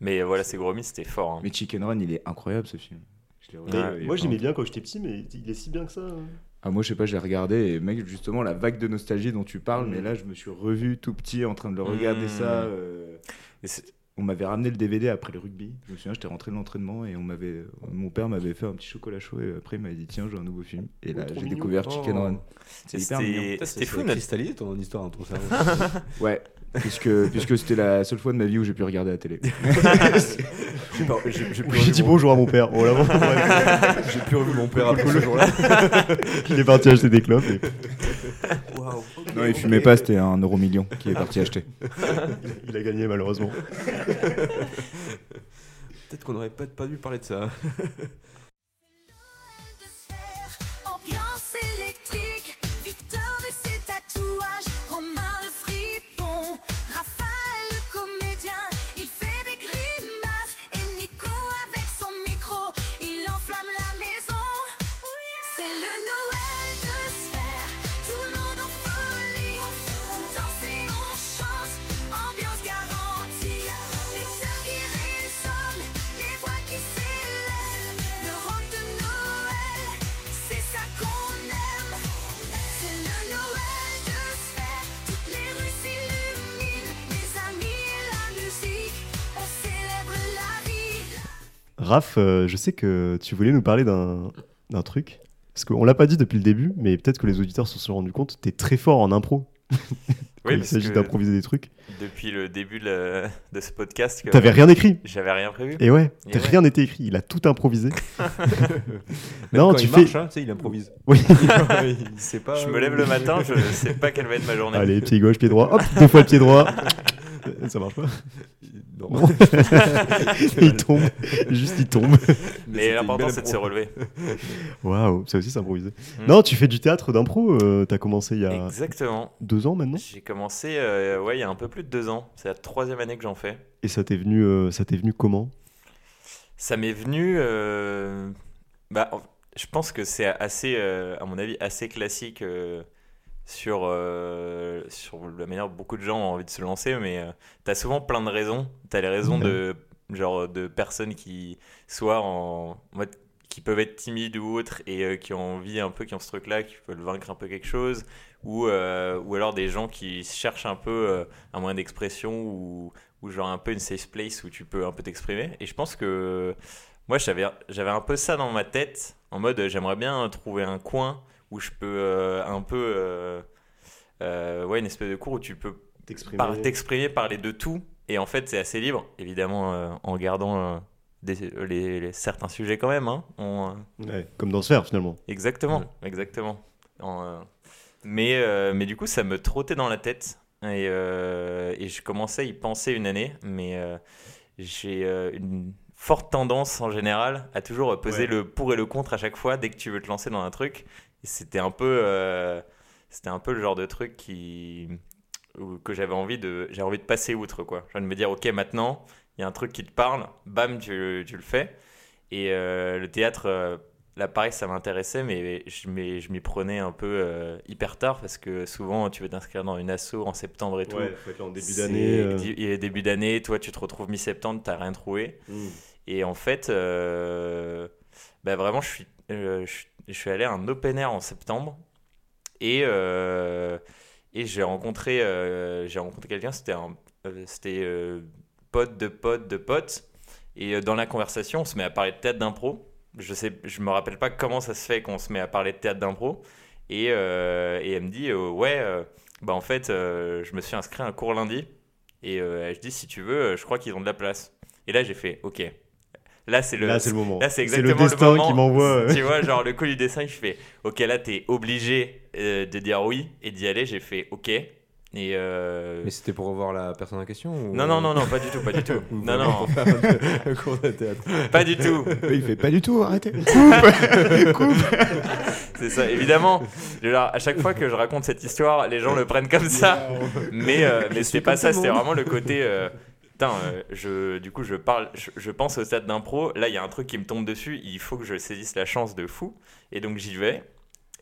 B: Mais euh, voilà, c'est gros mythe, c'était fort. hein.
E: Mais Chicken Run, il est incroyable ce film. Je l'ai
A: Mais
E: regardé, il y a
A: moi,
E: pas
A: j'aimais
E: longtemps.
A: bien quand j'étais petit, mais il est si bien que ça. hein.
E: Ah, moi, je sais pas, je l'ai regardé et mec, justement, la vague de nostalgie dont tu parles, mais là, je me suis revu tout petit en train de le regarder
B: Mm.
E: ça. euh,
B: Et c'est-
E: On m'avait ramené le DVD après le rugby. Je me souviens, j'étais rentré de l'entraînement et on m'avait, mon père m'avait fait un petit chocolat chaud et après il m'avait dit tiens j'ai un nouveau film et là
A: Oh, trop
E: j'ai
A: mignon.
E: découvert Chicken
C: Oh.
E: Run. C'est hyper mignon.
B: C'était c'était fou, notre...
C: cristallisé ton histoire, ton cerveau.
E: Ouais, puisque puisque c'était la seule fois de ma vie où j'ai pu regarder la télé.
C: J'ai pas- j'ai- j'ai plus
A: J'ai dit
C: revu mon-
A: bonjour à mon père. Oh, là, bon, ouais.
C: J'ai plus revu mon père après ce jour-là.
A: Il est parti acheter des clopes. et-
C: Waouh.
E: non, il fumait pas, c'était un euro million qui est parti acheter.
A: Il a gagné, malheureusement.
C: Peut-être qu'on aurait pas, pas dû parler de ça.
F: de sphère, ambiance électrique, Victor et ses tatouages, Romain le fripon, Raphaël le comédien, il fait des grimaces, et Nico avec son micro, il enflamme la maison. C'est le Noël de sphère, tout le monde en folie, on danse et on chante, ambiance garantie, les sœurs qui résonnent, les voix qui s'élèvent, le rock de Noël, c'est ça qu'on aime. C'est le Noël de sphère, toutes les rues s'illuminent, les amis et la musique, on célèbre la vie.
A: Raph, euh, je sais que tu voulais nous parler d'un d'un truc. Parce qu'on l'a pas dit depuis le début, mais peut-être que les auditeurs se sont rendus compte. T'es très fort en impro. quand
B: Oui,
A: il
B: parce
A: s'agit
B: que
A: d'improviser des trucs.
B: depuis le début de, la- de ce podcast, que
A: T'avais rien écrit.
B: j'avais rien prévu.
A: Et ouais,
B: Et
A: t'as
B: ouais.
A: rien n'était écrit. Il a tout improvisé. non,
C: Quand
A: tu
C: il
A: fais.
C: marche, hein, tu sais, il improvise.
A: Oui.
C: il sait pas.
B: Je me lève le matin, je sais pas quelle va être ma journée.
A: euh, Allez, pied gauche, pied droit. Hop, deux fois pied droit. Euh, Ça marche pas.
C: Non.
A: Non. il tombe. Juste, il tombe.
B: Mais l'important, c'est de se relever.
A: Waouh, ça aussi, c'est improvisé.
B: Mm.
A: Non, tu fais du théâtre d'impro. euh, T'as commencé il y a
B: Exactement.
A: deux ans maintenant.
B: J'ai commencé euh, ouais, il y a un peu plus de deux ans. C'est la troisième année que j'en fais.
A: Et ça t'est venu, euh, ça t'est venu comment
B: Ça m'est venu. euh, bah, en- je pense que c'est assez, euh, à mon avis, assez classique euh, sur, euh, sur la manière dont beaucoup de gens ont envie de se lancer, mais euh, t'as souvent plein de raisons. T'as les raisons
A: Ouais.
B: de, genre, de personnes qui, soit en. en mode- qui peuvent être timides ou autres et euh, qui ont envie un peu, qui ont ce truc-là, qui veulent vaincre un peu quelque chose, ou, euh, ou alors des gens qui cherchent un peu euh, un moyen d'expression ou, ou genre un peu une safe place où tu peux un peu t'exprimer. Et je pense que moi, j'avais j'avais un peu ça dans ma tête, en mode euh, j'aimerais bien trouver un coin où je peux euh, un peu. euh, euh, ouais, une espèce de cours où tu peux
A: T'exprimer.
B: par- t'exprimer, parler de tout. Et en fait, c'est assez libre, évidemment, euh, en gardant euh, des- euh, les, les- certains sujets quand même. hein. On, euh,
A: Ouais, comme dans Sphère, finalement.
B: Exactement, exactement. En, euh, mais, euh, mais du coup, ça me trottait dans la tête. Et, euh, et je commençais à y penser une année, mais euh, j'ai euh, une forte tendance en général à toujours peser
A: Ouais.
B: le pour et le contre à chaque fois dès que tu veux te lancer dans un truc. Et C'était un peu, euh, c'était un peu le genre de truc qui où- que j'avais envie de, j'avais envie de passer outre quoi. J'ai envie de me dire ok maintenant il y a un truc qui te parle, bam tu, tu le fais. Et euh, le théâtre, euh, là pareil ça m'intéressait mais je, mais je m'y prenais un peu euh, hyper tard parce que souvent tu veux t'inscrire dans une asso en septembre et tout.
A: en euh,
B: C'est- di- et Début d'année, toi tu te retrouves mi-septembre, t'as rien trouvé.
A: hmm.
B: Et en fait, euh, bah vraiment, je suis, euh, je, je suis allé à un open air en septembre et, euh, et j'ai rencontré, euh, j'ai rencontré quelqu'un, c'était un euh, c'était, euh, pote de pote de pote. Et euh, dans la conversation, on se met à parler de théâtre d'impro. Je sais, je me rappelle pas comment ça se fait qu'on se met à parler de théâtre d'impro. Et, euh, et elle me dit, euh, ouais, euh, bah en fait, euh, je me suis inscrit à un cours lundi. Et euh, elle je dis, si tu veux, euh, je crois qu'ils ont de la place. Et là, j'ai fait, ok. Là, c'est le,
A: Là, c'est le moment.
B: Là, c'est
A: le
B: exactement le,
A: destin
B: moment.
A: qui m'envoie. euh.
B: Tu vois, genre le coup du dessin, je fais OK, là, t'es obligé euh, de dire oui et d'y aller. J'ai fait OK. Et euh,
C: Mais c'était pour revoir la personne en question ou-
B: non, non, non, non, pas du tout, pas du tout.
C: Ou
B: Non,
C: vraiment
B: non,
C: pour faire un un cours de théâtre.
B: pas du tout.
E: Il fait pas du tout, arrêtez.
B: C'est ça, évidemment. Je veux dire, à chaque fois que je raconte cette histoire, les gens le prennent comme ça. Mais, euh, mais c'était pas ça, c'était vraiment le côté. euh, Putain, euh, je, du coup, je parle, je, je pense au stade d'impro. Là, il y a un truc qui me tombe dessus. Il faut que je saisisse la chance de fou. Et donc, j'y vais.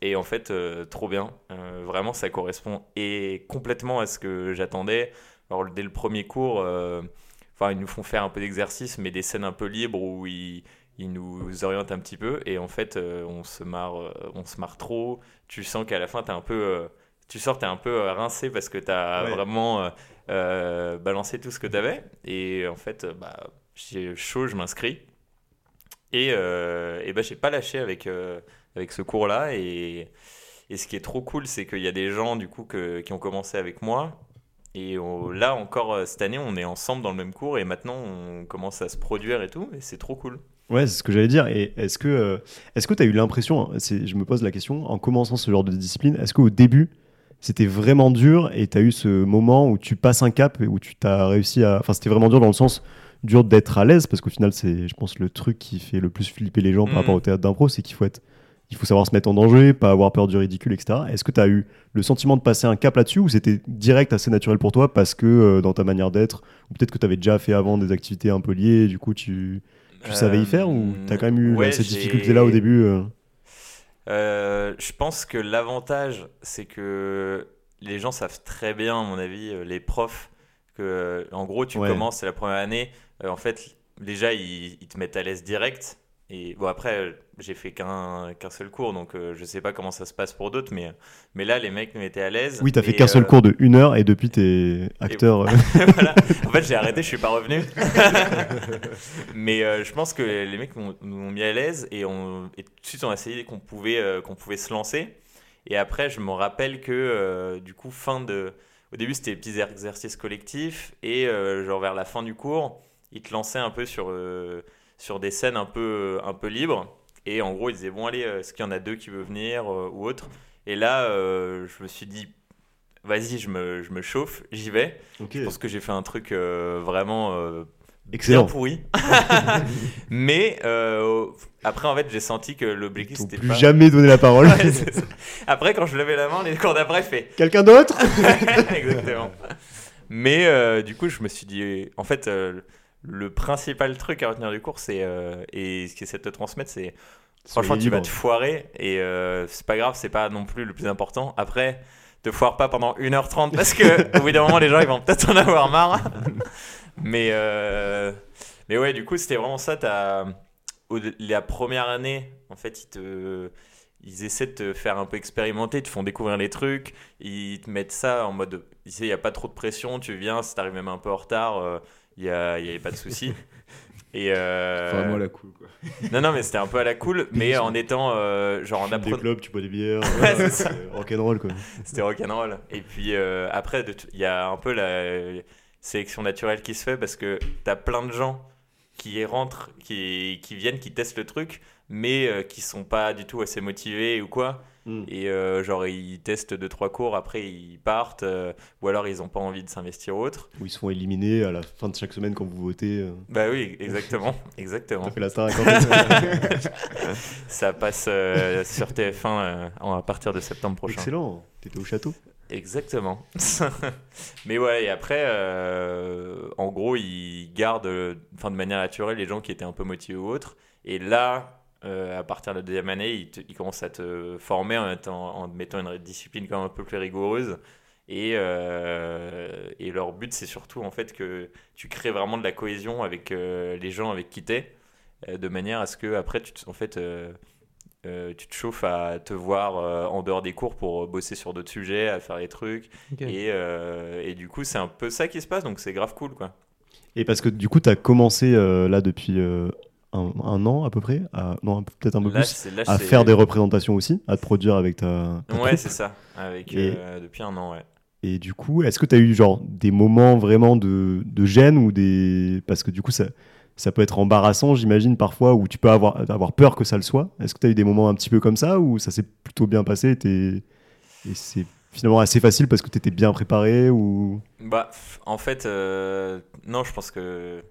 B: Et en fait, euh, trop bien. Euh, vraiment, ça correspond et complètement à ce que j'attendais. Alors, dès le premier cours, euh, enfin, ils nous font faire un peu d'exercice, mais des scènes un peu libres où ils, ils nous orientent un petit peu. Et en fait, euh, on, se marre, euh, on se marre trop. Tu sens qu'à la fin, t'es un peu, euh, tu sors, t'es un peu euh, rincé parce que t'as
A: Ouais.
B: vraiment euh, euh, balancé tout ce que t'avais. Et en fait, euh, bah, j'ai chaud, je m'inscris. Et, euh, et bah, j'ai pas lâché avec, euh, avec ce cours-là. Et, et ce qui est trop cool, c'est qu'il y a des gens du coup que- qui ont commencé avec moi. Et on- là encore euh, cette année, on est ensemble dans le même cours et maintenant on commence à se produire et tout. Et c'est trop cool.
A: Ouais, c'est ce que j'allais dire. Et est-ce que euh, est-ce que tu as eu l'impression, hein, c'est- je me pose la question, en commençant ce genre de discipline, est-ce qu'au début, c'était vraiment dur et tu as eu ce moment où tu passes un cap et où tu t'as réussi à. Enfin, c'était vraiment dur dans le sens dur d'être à l'aise parce qu'au final, c'est, je pense, le truc qui fait le plus flipper les gens par
B: Mhm.
A: rapport au théâtre d'impro, c'est qu'il faut être. Il faut savoir se mettre en danger, pas avoir peur du ridicule, etc. Est-ce que tu as eu le sentiment de passer un cap là-dessus ou c'était direct assez naturel pour toi parce que euh, dans ta manière d'être, ou peut-être que tu avais déjà fait avant des activités un peu liées, et du coup tu, tu savais y faire ou
B: Euh,
A: t'as quand même eu
B: ouais,
A: cette
B: j'ai-
A: difficulté-là au début euh
B: Euh, je pense que l'avantage, c'est que les gens savent très bien, à mon avis, euh, les profs, que euh, en gros, tu
A: Ouais.
B: commences, c'est la première année. euh, en fait, déjà, ils, ils te mettent à l'aise direct. Et bon, après, euh, j'ai fait qu'un qu'un seul cours, donc euh, je sais pas comment ça se passe pour d'autres, mais, euh, mais là, les mecs me mettaient à l'aise.
A: Oui, t'as fait
B: Et,
A: qu'un seul
B: euh,
A: cours de une heure et depuis t'es acteur. euh,
B: voilà. En fait, j'ai arrêté, je suis pas revenu. Mais euh, je pense que les mecs m'ont- nous ont mis à l'aise et, on, et tout de suite, on a essayé qu'on pouvait, euh, qu'on pouvait se lancer. Et après, je me rappelle que euh, du coup, fin de. Au début, c'était des petits exercices collectifs et euh, genre vers la fin du cours, ils te lançaient un peu sur, euh, sur des scènes un peu, un peu libres. Et en gros, ils disaient Bon, allez, euh, est-ce qu'il y en a deux qui veut venir euh, ou autre Et là, euh, je me suis dit Vas-y, je me, je me chauffe, j'y vais. Je pense que j'ai fait un truc euh, vraiment euh, bien
A: Excellent.
B: pourri. Mais euh, après, en fait, j'ai senti que l'objectif
A: T'ont
B: c'était
A: plus
B: pas.
A: jamais donné la parole.
B: Ouais, c'est ça. après, quand je levais la main, les cours d'après fait.
A: Quelqu'un d'autre
B: Exactement. Mais euh, du coup, je me suis dit, en fait, euh, le principal truc à retenir du cours, c'est euh, et ce qui essaie de te transmettre, c'est franchement,
A: Soyez
B: tu vas
A: libre.
B: te foirer et euh, c'est pas grave, c'est pas non plus le plus important. Après, te foire pas pendant 1h30 parce que au bout d'un moment, les gens ils vont peut-être en avoir marre. mais, euh, mais ouais, du coup, c'était vraiment ça. T'as, au- la première année, en fait, ils te. Ils essaient de te faire un peu expérimenter, ils te font découvrir les trucs, ils te mettent ça en mode. Tu sais, il n'y a pas trop de pression, tu viens, si t'arrives même un peu en retard, euh, il n'y a, y avait pas de souci. Et euh,
E: Vraiment la cool, quoi.
B: non, non, mais c'était un peu à la cool, mais en étant euh, genre en
A: Tu des
B: apprenant.
A: clubs, tu bois des bières,
B: Ouais,
A: voilà,
B: c'est
A: c'est
B: ça.
A: euh, rock'n'roll quoi.
B: C'était rock'n'roll. Et puis euh, après, de tout- il y a un peu la euh, sélection naturelle qui se fait parce que t'as plein de gens qui y rentrent, qui, qui viennent, qui testent le truc, mais euh, qui sont pas du tout assez motivés ou quoi.
A: Mm.
B: Et euh, genre, ils testent deux trois cours, après ils partent, euh, ou alors ils ont pas envie de s'investir ou autre.
A: Où ils se font éliminer à la fin de chaque semaine quand vous votez. euh,
B: Bah oui, exactement,
A: T'as
B: exactement.
A: fait la star à Quentin.
B: Ça passe euh, sur TF1 euh, à partir de septembre prochain.
A: Excellent. T'étais au château.
B: Exactement. Mais ouais, et après, euh, en gros, ils gardent, euh, enfin, de manière naturelle, les gens qui étaient un peu motivés ou autres. Et là, euh, à partir de la deuxième année, ils, te- ils commencent à te former en, étant- en te mettant une discipline quand même un peu plus rigoureuse. Et, euh, et leur but, c'est surtout en fait que tu crées vraiment de la cohésion avec euh, les gens avec qui t'es, euh, de manière à ce que après, tu te, en fait, euh, euh, tu te chauffes à te voir euh, en dehors des cours pour bosser sur d'autres sujets, à faire des trucs. Et, euh, et du coup, c'est un peu ça qui se passe, donc c'est grave cool, quoi.
A: Et parce que du coup, t'as commencé euh, là depuis euh, un, un an à peu près, à- non un peu- peut-être un peu
B: Là,
A: plus,
B: c'est- là,
A: à
B: c'est-
A: faire des représentations aussi, à te produire avec ta. ta
B: Ouais, c'est ça. Avec,
A: Et-
B: euh, depuis un an, ouais.
A: Et du coup, est-ce que tu as eu genre des moments vraiment de, de gêne ou des parce que du coup ça ça peut être embarrassant, j'imagine parfois où tu peux avoir avoir peur que ça le soit. Est-ce que tu as eu des moments un petit peu comme ça ou ça s'est plutôt bien passé t'es- et c'est finalement assez facile parce que t'étais bien préparé ou
B: Bah, f- en fait, euh, non, je pense que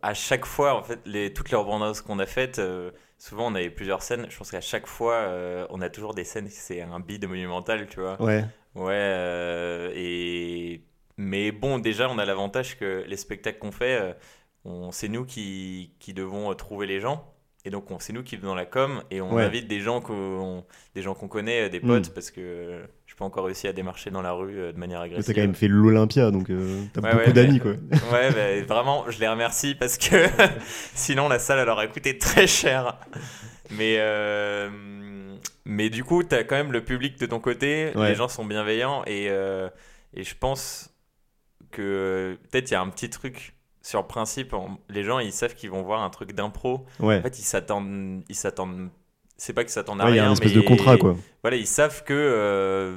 B: à chaque fois, en fait, les, toutes les rebondances qu'on a faites, euh, souvent on avait plusieurs scènes. Je pense qu'à chaque fois, euh, on a toujours des scènes, c'est un bid monumental, tu vois.
A: ouais
B: Ouais, euh, et... mais bon, déjà, on a l'avantage que les spectacles qu'on fait, euh, on... c'est nous qui... qui devons euh, trouver les gens. Et donc, on... c'est nous qui faisons la com et on
A: Ouais.
B: invite des gens qu'on des gens qu'on connaît, euh, des
A: Mm.
B: potes, parce que euh, je n'ai pas encore réussi à démarcher dans la rue euh, de manière
A: Mais
B: agressive.
A: t'as quand même fait l'Olympia donc euh, t'as
B: Ouais,
A: beaucoup
B: ouais,
A: d'amis
B: mais-
A: quoi
B: Ouais, mais vraiment, je les remercie parce que sinon la salle elle aurait coûté très cher. Mais, euh, mais du coup, t'as quand même le public de ton côté,
A: Ouais.
B: les gens sont bienveillants et, euh, et je pense que euh, peut-être il y a un petit truc sur le principe. en- les gens ils savent qu'ils vont voir un truc d'impro.
A: ouais
B: En fait, ils s'attendent. Ils s'attendent c'est pas qu'ils s'attendent
A: Ouais,
B: à
A: il y
B: rien.
A: a un espèce
B: mais-
A: de contrat quoi
B: voilà, ils savent que euh,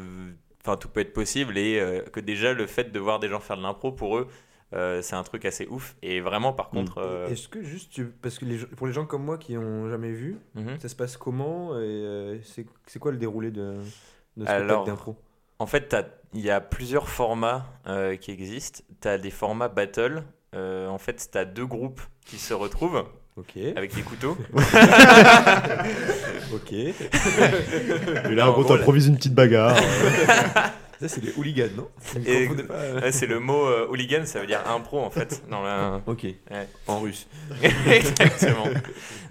B: enfin tout peut être possible et euh, que déjà le fait de voir des gens faire de l'impro pour eux, euh, c'est un truc assez ouf. Et vraiment, par contre, euh,
C: Est-ce que juste, tu- parce que les gens- pour les gens comme moi qui n'ont jamais vu,
B: mhm.
C: ça se passe comment et euh, c'est c'est quoi le déroulé de, de ce
B: Alors,
C: spectacle d'impro
B: en fait, t'as- il y a plusieurs formats euh, qui existent. Tu as des formats battle. Euh, en fait, tu as deux groupes qui se retrouvent
C: Ok,
B: avec des couteaux.
C: ok.
A: et là en gros
B: gros,
A: t'improvises une petite bagarre
C: ça, c'est des hooligans, non Vous
B: Et-
C: comprenez pas, euh
B: Ouais, c'est le mot euh, hooligan, ça veut dire impro en fait. Dans la...
C: Ok,
B: Ouais.
C: en russe.
B: Exactement.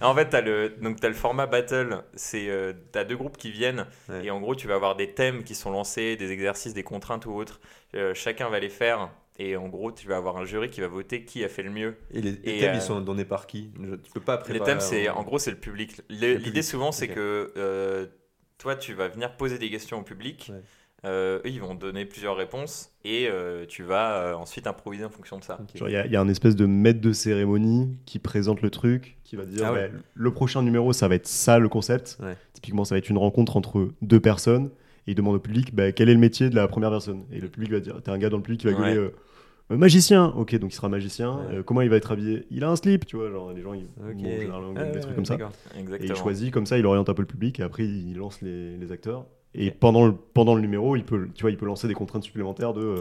B: en fait, t'as le, donc t'as le format battle. C'est, euh, t'as deux groupes qui viennent
C: Ouais.
B: et en gros, tu vas avoir des thèmes qui sont lancés, des exercices, des contraintes ou autres. Euh, chacun va les faire et en gros, tu vas avoir un jury qui va voter qui a fait le mieux.
C: Et les, les
B: Et,
C: thèmes,
B: euh,
C: ils sont donnés par qui Je- Tu peux pas
B: Les
C: préparer.
B: thèmes, c'est
C: un-
B: en gros, c'est le public.
C: bah, Le
B: Le-
C: public,
B: L'idée souvent, c'est
C: ok.
B: que euh, toi, tu vas venir poser des questions au public.
C: Ouais.
B: Euh, eux, ils vont donner plusieurs réponses et euh, tu vas euh, ensuite improviser en fonction de ça.
C: Ok.
A: Genre, il y, a- il y a un espèce de maître de cérémonie qui présente le truc, qui va dire
C: Ah ouais.
A: bah, le prochain numéro, ça va être ça le concept.
C: Ouais.
A: Typiquement, ça va être une rencontre entre deux personnes et il demande au public bah, quel est le métier de la première personne. Et le public va dire t'as un gars dans le public qui va gueuler euh, Euh, magicien. Ok, donc il sera magicien.
C: Ouais.
A: Euh, comment il va être habillé Il a un slip, tu vois. Genre, les gens, ils
C: Ok.
A: vont généralement
C: Ah
A: des
C: ouais,
A: trucs comme ça.
C: d'accord.
A: Et
B: Exactement.
A: il choisit comme ça, il oriente un peu le public et après il lance les, les acteurs. Et pendant, le, pendant le numéro, il peut, tu vois, il peut lancer des contraintes supplémentaires de euh,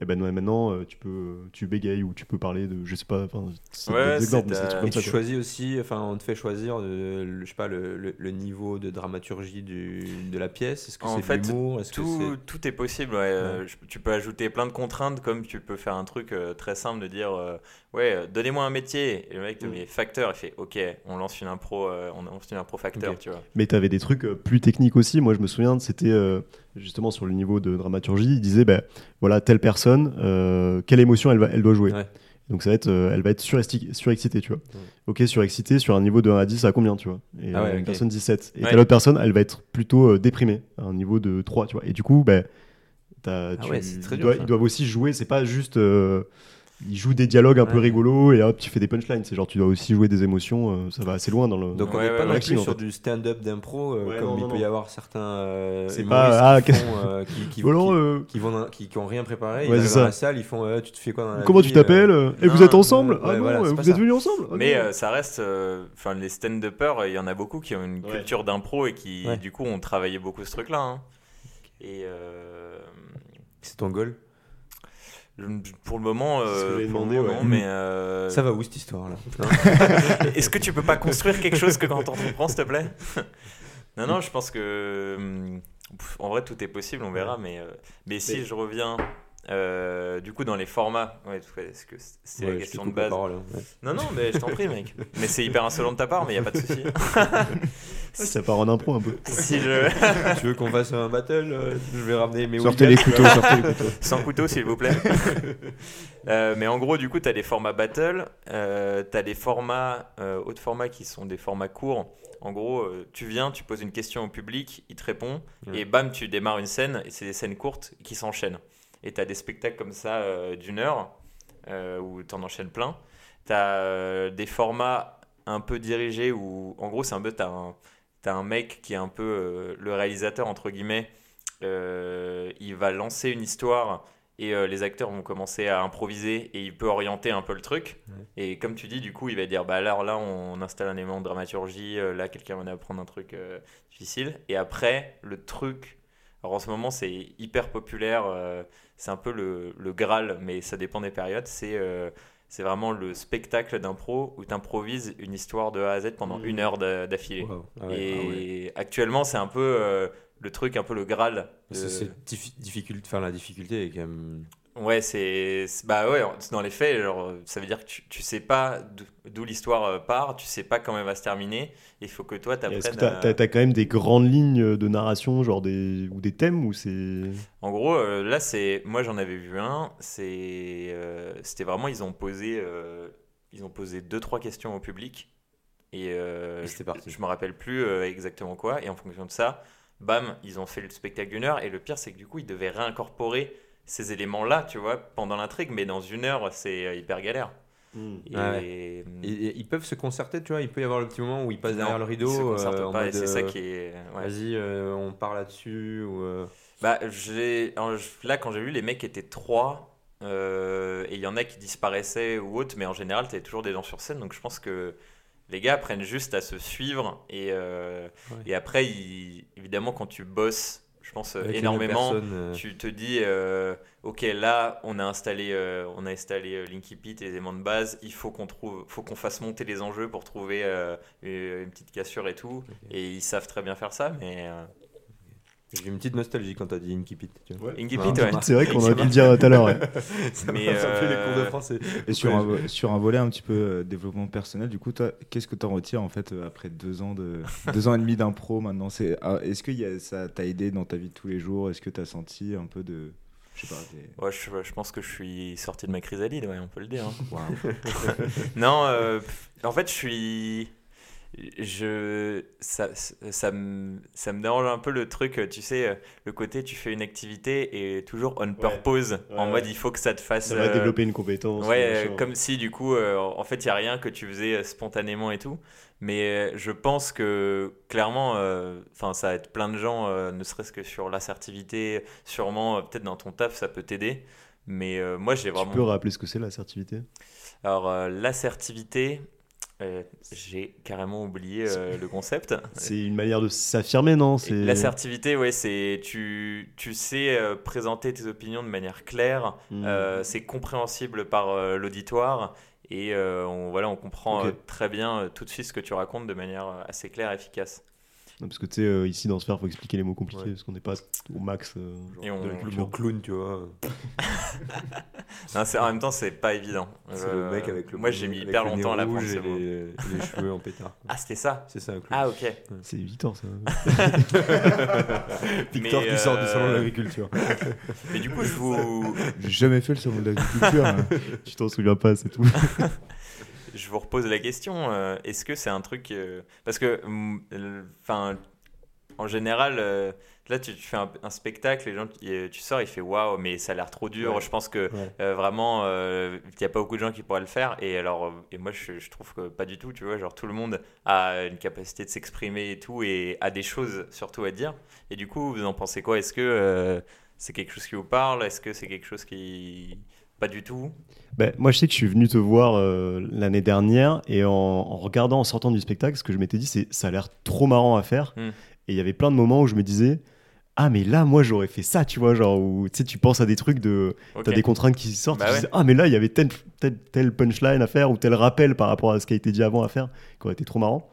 A: eh ben ouais, maintenant euh, tu peux tu bégayes ou tu peux parler de je sais pas, enfin, c'est
B: Ouais,
A: des
B: c'est
A: exemples, mais c'est des
B: ta-
A: trucs comme
C: Et tu
A: ça. quoi.
C: choisis aussi, enfin, on te fait choisir, euh, le, je sais pas, le, le- le niveau de dramaturgie du, de la pièce. Est-ce que
B: En
C: c'est
B: fait,
C: de l'humour Est-ce que
B: Tout,
C: c'est
B: tout est possible. ouais. Euh, je- tu peux ajouter plein de contraintes, comme tu peux faire un truc euh, très simple de dire euh, Ouais, euh, donnez-moi un métier. Et le mec te met facteur. Il fait Ok, on lance une impro, euh, on lance une impro facteur.
C: Ok.
B: Tu vois.
A: Mais t'avais des trucs euh, plus techniques aussi. Moi, je me souviens, c'était euh, justement sur le niveau de dramaturgie. Il disait, ben voilà, telle personne, euh, quelle émotion elle, va, elle doit jouer.
C: Ouais.
A: Donc ça va être, euh, elle va être suresti- surexcitée, tu vois.
C: Ouais.
A: Ok, surexcitée sur un niveau de 1 à 10, à combien, tu vois Et
C: Ah
A: euh,
C: ouais,
A: une
C: ok.
A: personne 17. Et
B: Ouais.
A: telle autre personne, elle va être plutôt euh, déprimée, à un niveau de 3, tu vois. Et du coup, ben t'as-
C: Ah
A: tu-
C: ouais, c'est très
A: ils,
C: dur,
A: doivent,
C: ça.
A: ils doivent aussi jouer, c'est pas juste... euh, ils jouent des dialogues un peu
C: Ouais.
A: rigolos et hop, tu fais des punchlines. C'est genre, tu dois aussi jouer des émotions, euh, ça va assez loin dans le.
C: Donc on
B: Ouais,
C: n'est
B: ouais,
C: pas
B: ouais.
C: non plus
A: Maxime, en
C: sur
A: fait.
C: du stand-up d'impro euh,
A: Ouais,
C: comme
A: non,
C: il
A: non,
C: peut y avoir certains euh,
A: C'est
C: humoristes
A: pas-
C: qui,
A: ah,
C: font, euh, qui, qui-
A: Ou alors,
C: qui-
A: euh,
C: qui vont dans- qui- qui ont rien préparé, ils
A: Ouais,
C: arrivent
A: c'est
C: dans
A: ça.
C: la salle, ils font euh, tu te fais quoi dans la
A: Comment
C: vie, euh,
A: tu t'appelles Et vous
B: non,
A: êtes ensemble
C: ouais,
A: Ah non,
C: voilà, c'est
A: vous
C: pas
A: êtes
C: ça.
A: venus ensemble Ah
B: Mais
A: non.
B: euh, ça reste. euh, Enfin, les stand-uppers, il y en a beaucoup qui ont une
A: Ouais.
B: culture d'impro et qui,
C: Ouais.
B: du coup, ont travaillé beaucoup ce truc-là. hein. Et. euh,
C: C'est ton goal.
B: je- pour le moment,
A: C'est ce que
B: euh,
A: j'avais
B: pour le
A: demandé,
B: moment,
A: ouais.
B: mais euh,
C: Ça va où cette histoire là
B: Est-ce que tu peux pas construire quelque chose que quand on te prend, s'il te plaît Non, non, je pense que. hum, pff, En vrai, tout est possible, on verra. Mais, euh, mais si je reviens. euh, du coup, dans les formats, ouais, parce que- parce que c'est la question de base.
C: hein.
B: non, non, mais je t'en prie, mec. Mais c'est hyper insolent de ta part, mais y a pas de souci.
A: Ah, Ça part en impro un peu.
B: si je
C: tu veux qu'on fasse un battle euh, Je vais ramener mes
E: Sortez les
C: hooligans.
E: couteaux, sortez les couteaux.
B: Sans couteau, s'il vous plaît. Euh, mais en gros, du coup, tu as des formats battle, euh, tu as des formats, euh, autres formats qui sont des formats courts. En gros, euh, tu viens, tu poses une question au public, il te répond,
C: Ouais.
B: et bam, tu démarres une scène, et c'est des scènes courtes qui s'enchaînent. Et tu as des spectacles comme ça euh, d'une heure, euh, où tu en enchaînes plein. Tu as des formats un peu dirigés, où en gros, c'est un peu, tu as un, t'as un mec qui est un peu euh, le réalisateur, entre guillemets, euh, il va lancer une histoire et euh, les acteurs vont commencer à improviser et il peut orienter un peu le truc.
C: Ouais.
B: Et comme tu dis, du coup, il va dire bah alors là, on installe un élément de dramaturgie, euh, là, quelqu'un va apprendre un truc euh, difficile. Et après, le truc, Alors en ce moment, c'est hyper populaire. euh, c'est un peu le, le Graal, mais ça dépend des périodes. C'est euh, c'est vraiment le spectacle d'impro où tu improvises une histoire de A à Z pendant
A: Mhm.
B: une heure d'a- d'affilée.
C: Wow. Ah Mmh. ouais,
B: et
C: ah ouais.
B: actuellement, c'est un peu euh, le truc, un peu le Graal.
C: Parce
B: de-
C: que Ah c'est diffi- difficult- enfin, la difficulté est quand même.
B: Ouais, c'est. c'est- Bah ouais, en- dans les faits, genre, euh, ça veut dire que tu, tu sais pas d'o- d'où l'histoire euh, part, tu sais pas quand elle va se terminer, il faut que toi
A: Est-ce que
B: t'apprennes.
A: t'as
B: à-
A: t'as- t'as quand même des grandes lignes de narration, genre des ou des thèmes ou c'est
B: En gros, euh, là, c'est. Moi, j'en avais vu un, c'est. euh, C'était vraiment, ils ont posé. euh, Ils ont posé deux, trois questions au public, et euh,
C: Et
B: je,
C: c'était parti.
B: je me rappelle plus euh, exactement quoi, et en fonction de ça, bam, ils ont fait le spectacle d'une heure, et le pire, c'est que du coup, ils devaient réincorporer ces éléments-là, tu vois, pendant l'intrigue, mais dans une heure, c'est euh, hyper galère.
E: Hmm.
B: Et- euh,
C: Et- et ils peuvent se concerter, tu vois. Il peut y avoir le petit moment où ils passent
B: Non,
C: derrière le
B: ils se
C: rideau.
B: concertent
C: euh, en
B: pas, et
C: mode,
B: c'est ça
C: euh,
B: qui est. ouais.
C: Vas-y, euh, on part là-dessus. Ou, euh,
B: Bah, j'ai en- là quand j'ai vu les mecs étaient trois euh, et il y en a qui disparaissaient ou autre, mais en général t'avais toujours des gens sur scène, donc je pense que les gars apprennent juste à se suivre et euh,
C: Ouais.
B: et après ils- évidemment quand tu bosses, je pense euh,
C: avec les mêmes
B: énormément.
C: personnes, euh,
B: Tu te dis, euh, ok, là, on a installé, euh, on a installé euh, Linky Pit et les éléments de base. Il faut qu'on trouve, faut qu'on fasse monter les enjeux pour trouver euh, une une petite cassure et tout. Et ils savent très bien faire ça, mais euh,
C: J'ai une petite nostalgie quand t'as dit Inkipit. Tu vois.
B: Linky
C: Ouais.
B: Pit, ouais.
A: C'est vrai qu'on
B: Ça
A: aurait pu
B: marche.
A: le dire tout à l'heure. ouais.
C: Ça
B: Mais,
C: m'a rappelé les cours de
B: euh,
C: français.
E: Et sur un, vo- sur un volet un petit peu euh, développement personnel, du coup, toi, qu'est-ce que tu en retires en fait euh, après deux ans, de, deux ans et demi d'impro maintenant C'est- ah, Est-ce que y a- ça t'a aidé dans ta vie de tous les jours Est-ce que tu as senti un peu de. Je sais pas, des-
B: Ouais, je, je pense que je suis sorti de ma chrysalide, ouais, on peut le dire. hein.
E: Waouh.
B: non, euh, pff, en fait, je suis. Je, ça, ça, me, ça me dérange un peu le truc, tu sais, euh, le côté tu fais une activité et toujours on purpose, en
A: ouais.
B: mode il faut que ça te fasse.
A: Ça va
B: euh,
A: développer une compétence.
B: Ouais,
A: machin.
B: euh, comme si du coup, euh, en fait, il n'y a rien que tu faisais euh, spontanément et tout. Mais euh, je pense que clairement, euh, enfin, ça aide plein de gens, euh, ne serait-ce que sur l'assertivité, sûrement, euh, peut-être dans ton taf, ça peut t'aider. Mais euh, moi, j'ai
A: Tu
B: vraiment.
A: peux rappeler ce que c'est l'assertivité
B: Alors, euh, l'assertivité, euh, j'ai carrément oublié euh, le concept.
A: C'est une manière de s'affirmer, non C'est
B: L'assertivité, ouais, c'est tu, tu sais euh, présenter tes opinions de manière claire.
A: Hmm.
B: Euh, c'est compréhensible par euh, l'auditoire et euh, on, voilà, on comprend
A: Ok.
B: euh, très bien euh, tout de suite ce que tu racontes de manière euh, assez claire et efficace.
A: Non, parce que tu sais, euh, ici dans ce faire, faut expliquer les mots compliqués
C: Ouais.
A: parce qu'on n'est pas au max. euh,
B: Et on-
A: de la
C: Le
A: culture.
C: mot clown, tu vois.
B: Non, c'est- en même temps, c'est pas évident.
C: C'est
B: Euh,
C: le mec avec le.
B: Moi, j'ai mis hyper
C: avec le nez
B: longtemps à
C: rouge
B: l'apprendre. ce
C: et
B: mot.
C: les, et les cheveux en pétard.
B: Ah, c'était ça.
C: C'est ça un clown.
B: Ah, ok.
A: C'est évident ça.
C: Victor
B: Mais,
C: qui sort du
B: euh,
C: salon de l'agriculture.
B: Mais du coup, je vous,
E: J'ai jamais fait le salon de l'agriculture. hein.
A: tu t'en souviens pas, c'est tout.
B: je vous repose la question. euh, Est-ce que c'est un truc. euh, parce que, euh, enfin, en général, euh, là, tu, tu fais un, un spectacle, les gens, qui- euh, tu sors, il fait waouh, mais ça a l'air trop dur.
C: Ouais.
B: Je pense que
C: Ouais.
B: euh, vraiment, euh, il n'y a pas beaucoup de gens qui pourraient le faire. Et alors, euh, et moi, je, je trouve que pas du tout, tu vois. Genre, tout le monde a une capacité de s'exprimer et tout, et a des choses surtout à dire. Et du coup, vous en pensez quoi Est-ce que euh, c'est quelque chose qui vous parle Est-ce que c'est quelque chose qui. Pas du tout
A: Ben, moi, je sais que je suis venu te voir euh, l'année dernière et en, en regardant, en sortant du spectacle, ce que je m'étais dit, c'est ça a l'air trop marrant à faire.
B: Mm.
A: Et il y avait plein de moments où je me disais, ah, mais là, moi, j'aurais fait ça, tu vois, genre où tu sais, tu penses à des trucs de.
B: Ok.
A: T'as des contraintes qui sortent,
B: Bah
A: tu
B: ouais.
A: dis, ah, mais là, il y avait telle, telle, telle punchline à faire ou tel rappel par rapport à ce qui a été dit avant à faire, qui aurait été trop marrant.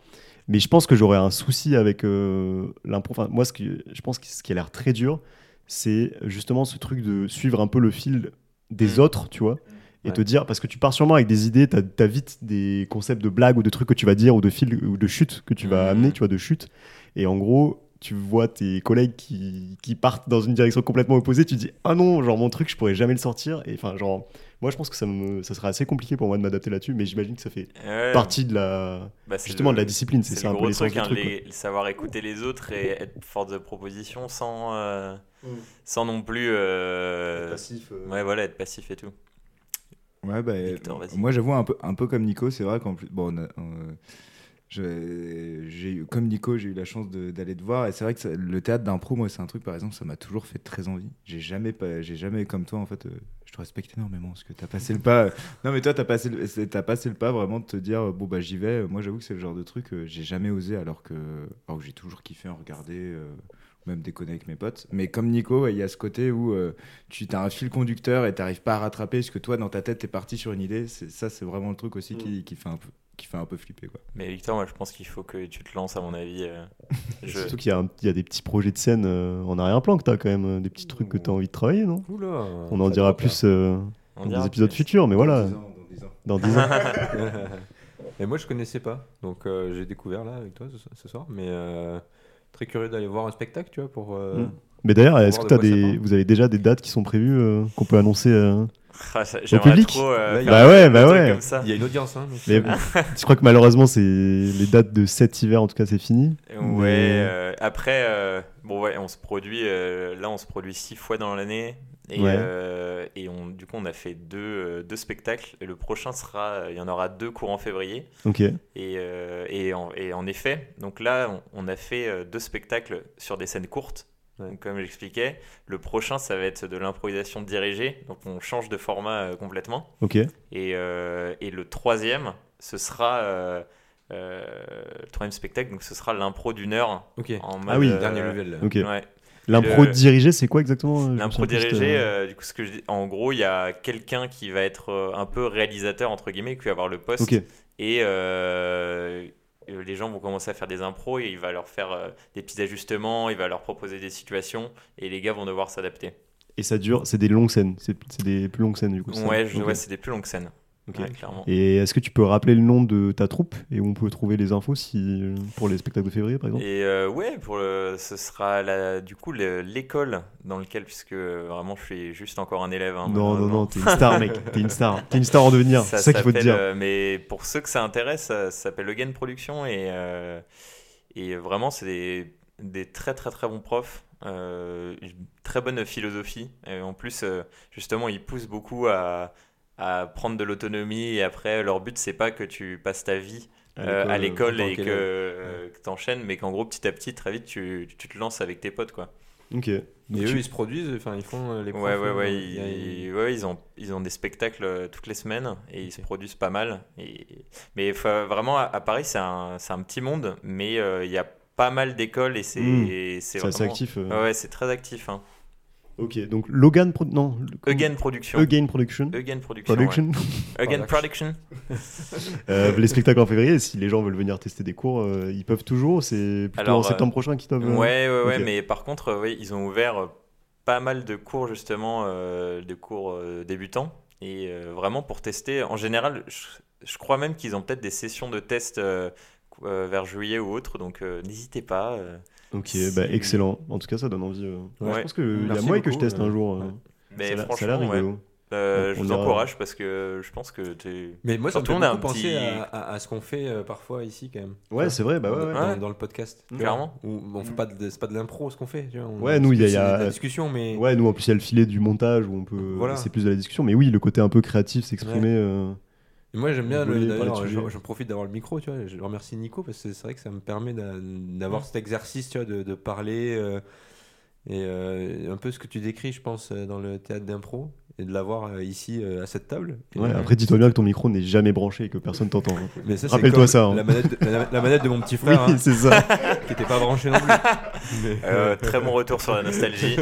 A: Mais je pense que j'aurais un souci avec euh, l'impro. Enfin, moi, ce qui, je pense que ce qui a l'air très dur, c'est justement ce truc de suivre un peu le fil des
B: Mm.
A: autres, tu vois, et
C: Ouais.
A: te dire, parce que tu pars sûrement avec des idées, t'as as vite des concepts de blagues ou de trucs que tu vas dire ou de fil ou de chute que tu vas
B: Mm.
A: amener, tu vois, de chute. Et en gros, tu vois tes collègues qui, qui partent dans une direction complètement opposée, tu dis, ah non, genre mon truc, je pourrais jamais le sortir. Et enfin, genre, moi, je pense que ça, me, ça serait assez compliqué pour moi de m'adapter là-dessus, mais j'imagine que ça fait
B: Ouais.
A: partie de la
B: Bah, c'est
A: justement
B: le-
A: de la discipline, c'est
B: le
A: ça un peu
B: gros
A: l'essence
B: truc,
A: du
B: hein,
A: truc. quoi.
B: les- savoir écouter les autres et être force de proposition sans, euh,
A: Mm.
B: sans non plus. euh, Ouais, voilà, être passif et tout.
E: Ouais, bah,
B: Victor, vas-y.
E: moi j'avoue un peu, un peu comme Nico, c'est vrai qu'en plus, bon, on a- on- je- j'ai eu- comme Nico, j'ai eu la chance de- d'aller te voir et c'est vrai que ça- le théâtre d'impro, moi c'est un truc par exemple, ça m'a toujours fait très envie. J'ai jamais, pas- j'ai jamais comme toi en fait, euh, je te respecte énormément parce que t'as passé le pas. euh, non mais toi t'as passé, le- c'est- t'as passé le pas vraiment de te dire euh, bon bah j'y vais. Moi j'avoue que c'est le genre de truc que j'ai jamais osé alors que, alors que j'ai toujours kiffé en regarder. euh, même déconner avec mes potes. Mais comme Nico, ouais, il y a ce côté où euh, tu as un fil conducteur et t'arrives pas à rattraper parce que toi, dans ta tête, t'es parti sur une idée. C'est- Ça, c'est vraiment le truc aussi qui, qui fait un peu qui fait un peu flipper quoi.
B: Mais Victor, moi, je pense qu'il faut que tu te lances, à mon avis. euh, je-
A: Surtout qu'il y, a un- il y a des petits projets de scène euh, en arrière-plan que t'as quand même, euh, des petits trucs que t'as envie de travailler, non
C: Oula.
A: On en
C: Ça
A: dira
C: doit
A: plus euh,
B: hein. on
A: dans des
B: dira
A: épisodes
B: plus.
A: futurs, mais voilà, dans 10 ans.
C: Et moi, je connaissais pas. Donc, euh, j'ai découvert là avec toi ce, ce soir. Mais euh, très curieux d'aller voir un spectacle, tu vois, pour. euh,
A: Mm. Mais d'ailleurs,
C: Faut
A: est-ce que
C: voir
A: t'as
C: de quoi ça
A: des,
C: parle.
A: vous avez déjà des dates qui sont prévues euh, qu'on peut annoncer euh
B: Ah, ça- J'aimerais
A: public
B: trop. euh,
C: Là, il y
B: faire
A: Bah ouais, bah
B: un truc
A: ouais.
B: Comme ça.
C: Il y a une audience, hein. donc,
A: Mais
C: euh,
A: je crois que malheureusement, c'est les dates de cet hiver, en tout cas, c'est fini.
B: Ouais,
A: Mais-
B: euh, après, euh, bon, ouais, on se produit, euh, là, on se produit six fois dans l'année. Et,
A: Ouais.
B: euh, et on, du coup, on a fait deux, euh, deux spectacles. Et le prochain sera, euh, il y en aura deux courant février.
A: Ok.
B: Et, euh, et, en, et en effet, donc là, on, on a fait euh, deux spectacles sur des scènes courtes.
C: Ouais.
B: Donc, comme j'expliquais, le prochain, ça va être de l'improvisation dirigée. Donc, on change de format euh, complètement.
A: Ok.
B: Et, euh, et le troisième, ce sera euh, euh, le troisième spectacle, donc ce sera l'impro d'une heure
C: Ok.
B: en mode.
A: Ah oui,
B: euh,
C: Dernier level. là.
A: Ok.
B: ouais.
A: L'impro
B: le-
A: dirigée, c'est quoi exactement euh, je me
B: L'impro
A: souviens plus,
B: dirigée,
A: euh,
B: euh, du coup, ce que je dis- en gros, il y a quelqu'un qui va être euh, un peu réalisateur, entre guillemets, qui va avoir le poste.
A: Ok.
B: Et euh, euh, les gens vont commencer à faire des impros et il va leur faire euh, des petits ajustements, il va leur proposer des situations et les gars vont devoir s'adapter.
A: Et ça dure, c'est des longues scènes. C'est c'est des plus longues scènes, du coup. c'est ça
B: Ouais, je-
A: Ok.
B: ouais, c'est des plus longues scènes.
A: Ok.
B: Ouais, clairement.
A: Et est-ce que tu peux rappeler le nom de ta troupe et où on peut trouver les infos si, euh, pour les spectacles de février, par exemple
B: Et euh, ouais, pour le, ce sera la, du coup le- l'école dans lequel, puisque euh, vraiment je suis juste encore un élève. hein,
A: Non, non,
B: malheureusement.
A: non, t'es une star, mec. T'es une star. T'es une star en devenir. C'est ça qu'il faut te
B: s'appelle,
A: dire.
B: euh, mais pour ceux que ça intéresse, ça, ça s'appelle Gain Production et, euh, et vraiment c'est des, des très très très bons profs, euh, une très bonne philosophie. Et en plus, euh, justement, ils poussent beaucoup à, à prendre de l'autonomie et après leur but c'est pas que tu passes ta vie euh, à l'école
C: en tant
B: et que,
C: qu'élève.
B: euh, que t'enchaînes, mais qu'en gros petit à petit, très vite, tu, tu te lances avec tes potes quoi.
A: euh, Ok. Donc
C: Et
A: tu-
C: eux, ils se produisent, enfin, ils font euh, les
B: Ouais,
C: profs,
B: ouais,
C: euh,
B: ouais,
C: il y a-
B: ils, ouais, ils ont, ils ont des spectacles euh, toutes les semaines et ils se produisent pas mal. Et, mais faut- vraiment, à, à Paris, c'est un, c'est un petit monde, mais euh, il y a pas mal d'écoles et c'est
A: Mmh.
B: et c'est
A: C'est assez
B: vraiment.
A: actif. euh.
B: Ouais, ouais, c'est très actif. Hein.
A: Ok, donc Logan. Pro... Non. le-
B: Again Production.
A: Again Production.
B: Again Production.
A: Production.
B: ouais. Again Production.
A: Euh, les spectacles en février, si les gens veulent venir tester des cours, euh, ils peuvent toujours. C'est plutôt
B: Alors,
A: en septembre prochain qu'ils doivent. euh,
B: Ouais, ouais, ouais,
A: ok.
B: mais par contre, euh, oui, ils ont ouvert euh, pas mal de cours, justement, euh, de cours euh, débutants. Et euh, vraiment pour tester, en général, je, je crois même qu'ils ont peut-être des sessions de test euh, cou- euh, vers juillet ou autre, donc euh, n'hésitez pas. euh.
A: Ok,
B: Si-
A: bah, excellent. En tout cas, ça donne envie. euh.
B: Ouais.
A: Je pense qu'il y a
C: Merci
A: moyen que je
C: beaucoup,
A: teste
C: euh,
A: un jour. euh.
C: ouais.
B: Mais
A: Ça a l'air- ça a l'air
B: franchement, ouais.
A: rigolo.
B: Euh,
A: On-
B: je
A: on
B: vous
A: ira-
B: encourage parce que je pense que t'es.
C: Mais moi, ça me fait
B: Surtout, on a
C: beaucoup
B: un petit-
C: penser à, à- à ce qu'on fait euh, parfois ici, quand même.
A: Ouais, c'est vrai, bah ouais. ouais.
C: Dans,
B: Ouais.
C: dans le podcast. tu vois,
B: Clairement.
C: Où on fait pas de, c'est pas de l'impro ce qu'on fait. Tu vois, on
A: Ouais, nous, il y a-
C: discute,
A: il y a-
C: c'est de la discussion, mais.
A: Ouais, nous en plus il y a le filet du montage où on peut.
C: Voilà.
A: C'est plus de la discussion, mais oui, le côté un peu créatif, s'exprimer. euh,
C: Et Moi j'aime bien,
A: Vous
C: le,
A: voulez parler de
C: d'ailleurs,
A: sujet
C: je, je profite d'avoir le micro, tu vois, je remercie Nico parce que c'est vrai que ça me permet d'a- d'avoir cet exercice, tu vois, de, de parler euh, et euh, un peu ce que tu décris, je pense, euh, dans le théâtre d'impro et de l'avoir euh, ici euh, à cette table. Et,
A: Ouais,
C: euh,
A: après, dis-toi bien que ton micro n'est jamais branché et que personne t'entend. hein.
C: mais ça, c'est
A: rappelle-toi
C: comme
A: ça, hein.
C: La, manette de, la, la manette de mon petit frère
A: oui,
C: hein,
A: c'est ça.
C: qui était pas branchée non plus. Mais-
B: Euh, très bon retour sur la nostalgie.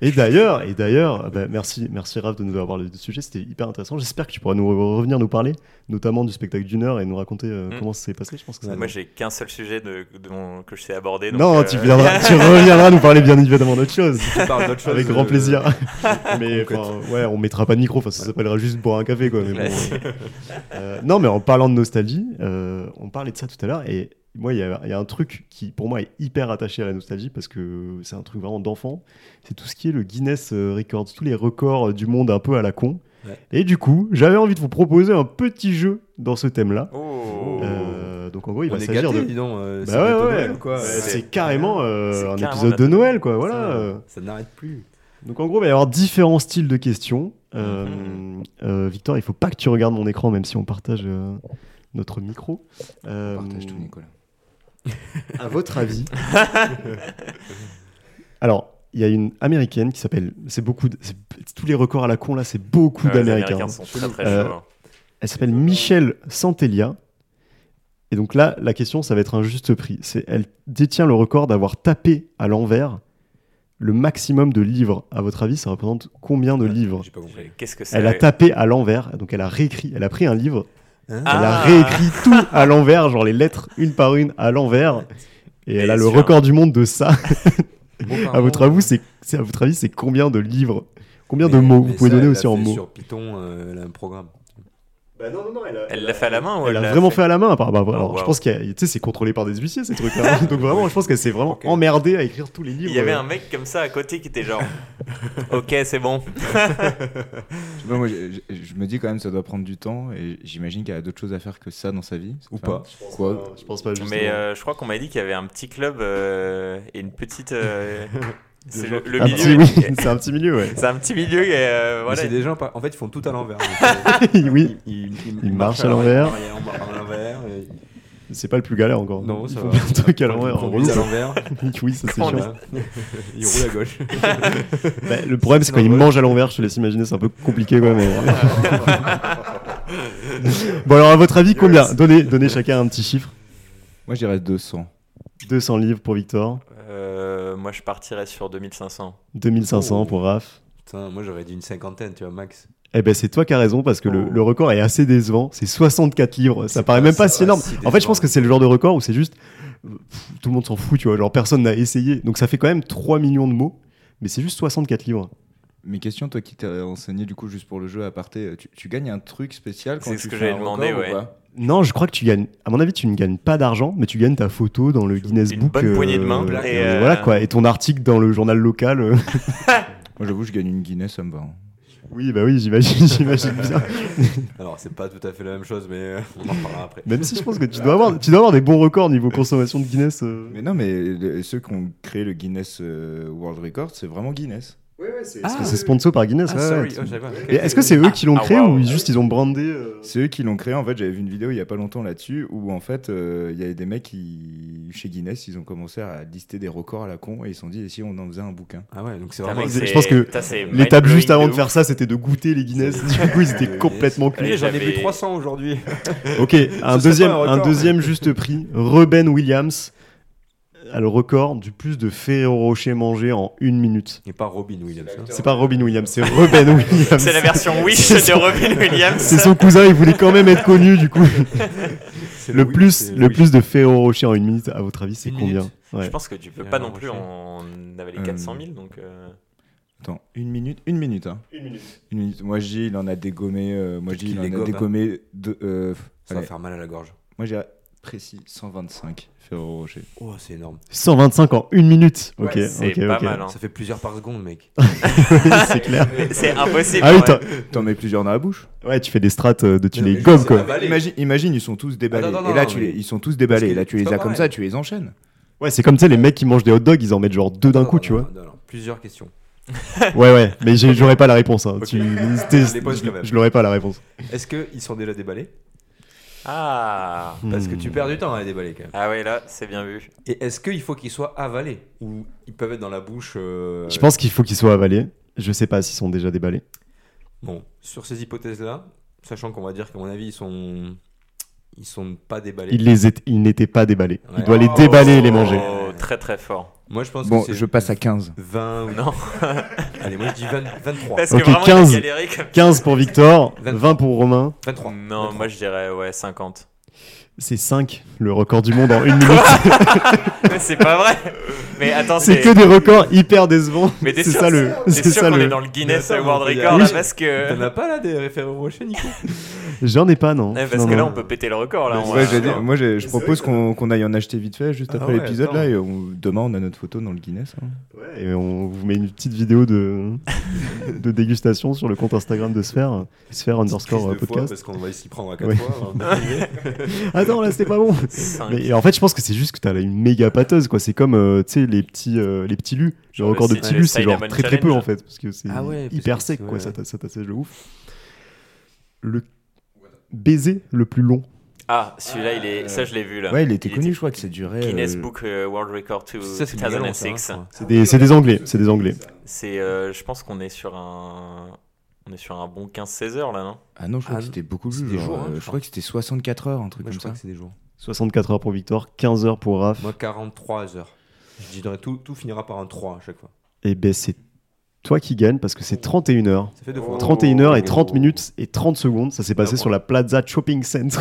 A: Et d'ailleurs, et d'ailleurs, bah, merci, merci Raph de nous avoir parlé de ce sujet, c'était hyper intéressant. J'espère que tu pourras nous re- revenir nous parler, notamment du spectacle d'une heure et nous raconter euh,
B: Mm.
A: comment ça s'est passé. Je pense que ça.
B: Moi, j'ai qu'un seul sujet de, de mon- que je sais aborder. donc,
A: non,
B: euh,
A: tu, viendras- tu reviendras nous parler bien évidemment d'autre chose.
C: tu parles d'autre chose,
A: Avec grand
C: euh,
A: plaisir. Ah mais
C: concrète.
A: enfin, ouais, on mettra pas de micro, enfin, ça s'appellera juste boire un café quoi. mais bon, euh, euh, non, mais en parlant de nostalgie, euh, on parlait de ça tout à l'heure et moi, il y, a- il y a un truc qui pour moi est hyper attaché à la nostalgie parce que c'est un truc vraiment d'enfant. C'est tout ce qui est le Guinness euh, Records, tous les records euh, du monde un peu à la con.
C: Ouais.
A: Et du coup, j'avais envie de vous proposer un petit jeu dans ce thème-là.
B: Oh.
A: Euh, donc en gros, il
C: on
A: va
C: est
A: s'agir
C: gâtés,
A: de.
C: dis donc. euh,
A: Bah
C: ça
A: ouais,
C: date de
A: ouais,
C: Noël,
A: ouais.
C: quoi.
A: Euh,
B: C'est-
A: c'est carrément euh,
B: c'est
A: un
B: carrément
A: épisode
B: notre-
A: de Noël, quoi. Voilà. euh.
C: Ça, ça n'arrête plus.
A: Donc en gros, il va y avoir différents styles de questions. Euh,
B: Mhm.
A: euh, Victor, il faut pas que tu regardes mon écran, même si on partage euh, notre micro. Euh,
E: Partage tout Nicolas.
A: À votre avis. Alors, il y a une américaine qui s'appelle. C'est beaucoup. de- c'est- tous les records à la con là, c'est beaucoup
B: Ah Ouais, les
A: d'américains.
B: hein. Américains sont très très
A: Euh,
B: chauds. hein.
A: Elle s'appelle Michelle Santelia. Et donc là, la question, ça va être un juste prix. C'est, elle détient le record d'avoir tapé à l'envers le maximum de livres. À votre avis, ça représente combien
B: Euh,
A: de livres
C: J'ai pas compris.
B: Qu'est-ce que c'est
A: Elle a tapé à l'envers, donc elle a réécrit. Elle a pris un livre, elle a
B: Ah.
A: réécrit tout à l'envers, genre les lettres une par une à l'envers. Et elle
B: Et
A: a le
B: sur un-
A: record du monde de ça. À votre
C: avis
A: avis, c'est, c'est- à votre avis, c'est combien de livres Combien
C: euh,
A: de mots Vous pouvez donner aussi en mots
C: Sur Python, euh, elle a un programme.
A: Bah non, non, non, elle
B: Elle l'a fait à la main ou
A: Elle
B: elle
A: a
B: l'a
A: vraiment
B: fait-
A: fait à la main, apparemment. Alors,
B: Oh,
A: je
B: wow.
A: pense que c'est contrôlé par des huissiers, ces trucs-là. Donc, vraiment, je pense qu'elle s'est vraiment
C: Ok.
A: emmerdée à écrire tous les livres. euh,
B: Il y avait un mec comme ça à côté qui était genre Ok, c'est bon.
E: Je, sais pas, moi, je- je- je me dis quand même, ça doit prendre du temps. Et j'imagine qu'elle a d'autres choses à faire que ça dans sa vie.
C: Ou
E: Enfin,
C: pas.
E: Quoi
A: Je pense pas, justement.
B: Mais euh, je crois qu'on m'a dit qu'il y avait un petit club euh, et une petite. euh, c'est le, le
A: un
B: milieu.
A: petit, Ah, oui, c'est un petit milieu, ouais.
B: C'est un petit milieu et euh,
C: Mais
B: voilà.
C: C'est des gens, pas- en fait, ils font tout à l'envers. Donc, euh,
A: oui,
C: ils,
A: Ils marchent à l'envers.
C: Ils marchent à l'envers. et-
A: c'est pas le plus galère encore.
C: Non, ça
A: Ils font
C: va.
A: plein de trucs à
C: Ils
A: l'envers, en
C: conduisent à
A: relou.
C: l'envers.
A: Oui, ça c'est chiant.
C: Voilà. Ils roulent à gauche.
A: Bah, le problème, c'est quand
C: Non,
A: ils
C: ouais.
A: mangent à l'envers, je te laisse imaginer, c'est un peu compliqué quand même. bon, alors, à votre avis, combien donnez, donnez chacun un petit chiffre.
E: Moi, je dirais 200.
A: 200 livres pour Victor,
B: Euh, moi, je partirais sur 2500.
A: 2500
C: Oh.
A: pour Raph.
C: Putain, moi j'aurais dit une cinquantaine, tu vois, max.
A: Eh ben c'est toi qui as raison parce que le,
C: Oh.
A: le record est assez décevant. C'est 64 livres. Ça
C: C'est
A: paraît
C: pas-
A: même pas
C: c'est
A: si énorme.
C: pas si
A: en fait, je
C: décevant.
A: pense que c'est le genre de record où c'est juste euh, pff, tout le monde s'en fout, tu vois. Genre personne n'a essayé. Donc ça fait quand même 3 millions de mots, mais c'est juste 64 livres.
E: Mes questions, toi qui t'es renseigné du coup juste pour le jeu à parté, tu, tu gagnes un truc spécial quand
B: C'est
E: tu
B: ce que
E: fais
B: j'avais
E: un
B: demandé,
E: record ou
B: ouais.
E: pas
A: Non, je crois que tu gagnes. À mon avis, tu ne gagnes pas d'argent, mais tu gagnes ta photo dans le Guinness
B: Une
A: Book.
B: bonne poignée de main.
A: euh,
B: Et,
A: et
B: euh,
A: voilà quoi. Et ton article dans le journal local. euh.
E: Moi, j'avoue, je gagne une Guinness, ça me va. hein.
A: oui, bah oui, j'imagine, j'imagine bien.
C: Alors, c'est pas tout à fait la même chose, mais euh, on en reparlera après.
A: Même si je pense que tu dois avoir, tu dois avoir des bons records niveau consommation de Guinness. euh.
E: Mais non, mais le- ceux qui ont créé le Guinness euh, World Record, c'est vraiment Guinness.
A: Parce que c'est sponsor par Guinness.
C: Ah,
A: ouais, ouais.
C: sorry, oh, j'avais pas.
A: Et est-ce que c'est eux qui l'ont
B: Ah,
A: créé
B: waouh.
A: ou juste ils ont brandé euh,
E: C'est eux qui l'ont créé. En fait, j'avais vu une vidéo il y a pas longtemps là-dessus où en fait, euh, il y avait des mecs qui, chez Guinness, ils ont commencé à lister des records à la con et ils se sont dit, et si on en faisait un bouquin
C: Ah ouais, donc c'est
B: Putain,
C: vraiment.
B: mec,
A: Je
B: c'est-
A: pense que
B: putain, c'est
A: L'étape
B: mind-blowing
A: juste avant de
B: ouf.
A: faire ça, c'était de goûter les Guinness. Du coup, ils étaient complètement
C: Allez,
A: cuits.
C: j'en ai
B: J'avais-
C: bu 300 aujourd'hui.
A: Ok, un
C: serait
A: deuxième,
C: pas un
A: un,
C: record.
A: deuxième juste prix. Reuben Williams a le record du plus de Ferrero Rocher mangés en une minute.
C: Et pas Robin Williams. hein.
A: C'est pas Robin Williams, c'est Reuben Williams.
B: C'est la version Wish
A: C'est
B: de
A: son-
B: Robin Williams.
A: C'est son cousin, il voulait quand même être connu du coup.
C: C'est
A: Le
C: oui,
A: plus,
C: c'est
A: le
C: oui.
A: plus de Ferrero Rocher en une minute, à votre avis, c'est
C: Une
A: combien
C: minute.
B: Je
A: Ouais.
B: pense que tu peux
C: Et
B: pas
C: alors,
B: non plus
C: Rocher
B: en avaler
E: Euh,
B: 400 000. Donc, euh,
E: Attends, une minute Une minute, hein
A: Une minute.
E: Une minute. Moi, je dis, il en a dégommé. euh, moi, je
C: Peut-être
E: dis, il
C: qu'il
E: en
C: les
E: a
C: gobe, hein.
E: dégommé. De, euh,
C: Ça va
E: allez,
C: faire mal à la gorge.
E: Moi, j'ai précis 125 Ferrero Rocher.
C: Oh, c'est énorme.
A: 125 en une minute. Ok,
B: ouais, c'est
A: ok,
B: pas
A: ok.
B: mal. hein.
C: Ça fait plusieurs par seconde, mec.
A: Ah,
C: hein.
A: c'est clair.
B: C'est impossible.
A: Ah oui,
B: ouais.
A: t'as-
E: T'en mets plusieurs dans la bouche
A: ouais, tu fais des strates euh, de tu
C: Non,
A: les
C: mais
A: gommes
C: c'est
A: quoi.
C: la Déballés.
E: Imagine, imagine, ils sont tous déballés.
C: bah, Ah, non, non,
E: et là,
C: non,
E: tu
C: mais-
E: les, ils sont tous déballés.
C: Parce
E: Et
C: que
E: là, tu les
C: c'est pas
E: as comme
C: pareil.
E: ça, tu les enchaînes.
A: Ouais, c'est comme tu sais, les mecs qui mangent des hot dogs, ils en mettent genre deux d'un
C: Non,
A: coup,
C: non,
A: tu
C: non,
A: vois.
C: non, non, Plusieurs questions.
A: Ouais, ouais, mais j'ai- j'aurais pas la réponse. hein. Tu- t'es-
C: Je les pose quand même.
A: je l'aurais pas la réponse.
C: Est-ce qu'ils sont déjà déballés
B: Ah.
C: Parce que
A: Hmm.
C: tu perds du temps à les déballer quand même.
B: Ah ouais, là, c'est bien vu.
C: Et est-ce qu'il faut qu'ils soient avalés Ou ils peuvent être dans la bouche euh,
A: Je pense qu'il faut qu'ils soient avalés. Je sais pas s'ils sont déjà déballés.
C: Bon, sur ces hypothèses-là, sachant qu'on va dire qu'à mon avis, ils sont. Ils sont pas déballés.
A: Il les est- il n'était pas déballé. Il
C: Ouais.
A: doit les
C: Oh.
A: déballer et les manger.
B: Oh, très très fort.
C: Moi, je pense
E: Bon,
C: que c'est
E: je passe à 15.
C: 20 ou
B: Non.
C: Allez, moi, je dis 20 23.
B: Parce
A: Ok,
B: que vraiment,
A: 15.
B: t'as galéré comme.
A: 15 pour Victor,
C: 23.
A: 20 pour Romain.
C: 23.
B: Non, moi je dirais ouais 50.
A: C'est 5, le record du monde en une minute.
B: Mais c'est pas vrai. Mais attends,
A: c'est
B: c'est
A: que des records hyper décevants.
B: Mais t'es
A: C'est
B: sûr
A: ça
B: que
A: le.
B: c'est
A: C'est
B: sûr
A: ça
B: qu'on est
A: le.
B: dans le Guinness
C: Mais attends,
B: World
C: mais il y a-
B: Record
C: Oui,
B: là
C: je-
B: parce
C: T'en
B: que
C: as pas là des référents rochers, Nico
A: J'en ai pas, non.
B: Eh, parce
A: Non,
B: que là
A: non.
B: on peut péter le record là. on
E: Ouais,
B: va-
E: j'ai dit- moi, j'ai- je
A: C'est
E: propose
A: vrai
E: qu'on qu'on aille en acheter vite fait, juste
C: Ah
E: après
C: ouais,
E: l'épisode.
C: attends.
E: là, et on- demain, on a notre photo dans le Guinness. hein.
A: Ouais, et on vous met une petite vidéo de, de dégustation sur le compte Instagram de Sphère, Sphère underscore euh,
C: Prise de fois,
A: podcast.
C: Parce qu'on va s'y prendre à 4
A: Ouais.
C: fois. hein,
A: Attends, là, c'était pas bon.
B: Cinq.
A: Mais en fait, je pense que c'est juste que t'as là une méga pâteuse, quoi. C'est comme, euh, tu sais, les petits, euh, les petits lus. Le
B: Genre
A: record de
B: le
A: petits
B: cinnamon
A: lus, c'est genre
B: challenge.
A: très très peu, en fait. Parce que c'est
C: Ah ouais, parce
A: hyper
C: que
A: sec,
C: c'est-
A: quoi.
C: ouais,
A: Ça
C: ouais.
A: t'a- ça t'assèche de ouf. Le baiser le plus long.
B: Ah, celui-là il est ça je l'ai vu là.
E: Ouais, il était
B: Il
E: connu,
B: était-
E: je crois que ça durait.
B: Guinness
E: euh,
B: Book euh, World Record to
C: Ça, c'est bien long, ça, hein,
B: 2006.
C: je crois.
A: C'est des, c'est des Anglais, c'est des Anglais.
B: C'est euh, je pense qu'on est sur un on est sur un bon 15 16 heures là, non
E: Ah non, je crois
C: Ah
E: que
C: non.
E: c'était beaucoup
C: C'est
E: plus.
C: des
E: genre,
C: jours, hein,
E: euh,
C: je
E: je
C: crois.
E: crois que c'était 64 heures, un truc
C: Moi, je
E: comme
C: crois
E: ça.
C: que c'est des jours.
A: 64 heures pour Victor, 15 heures pour Raph.
C: Moi, 43 heures. Je dis, dans- tout, tout finira par un 3 à chaque fois.
A: Et ben c'est toi qui gagne parce que c'est 31 heures.
C: Ça fait deux fois.
A: 31 heures et 30 minutes et 30 secondes. Ça s'est passé
C: Oh. Ah, Bravo.
A: sur la Plaza Shopping Center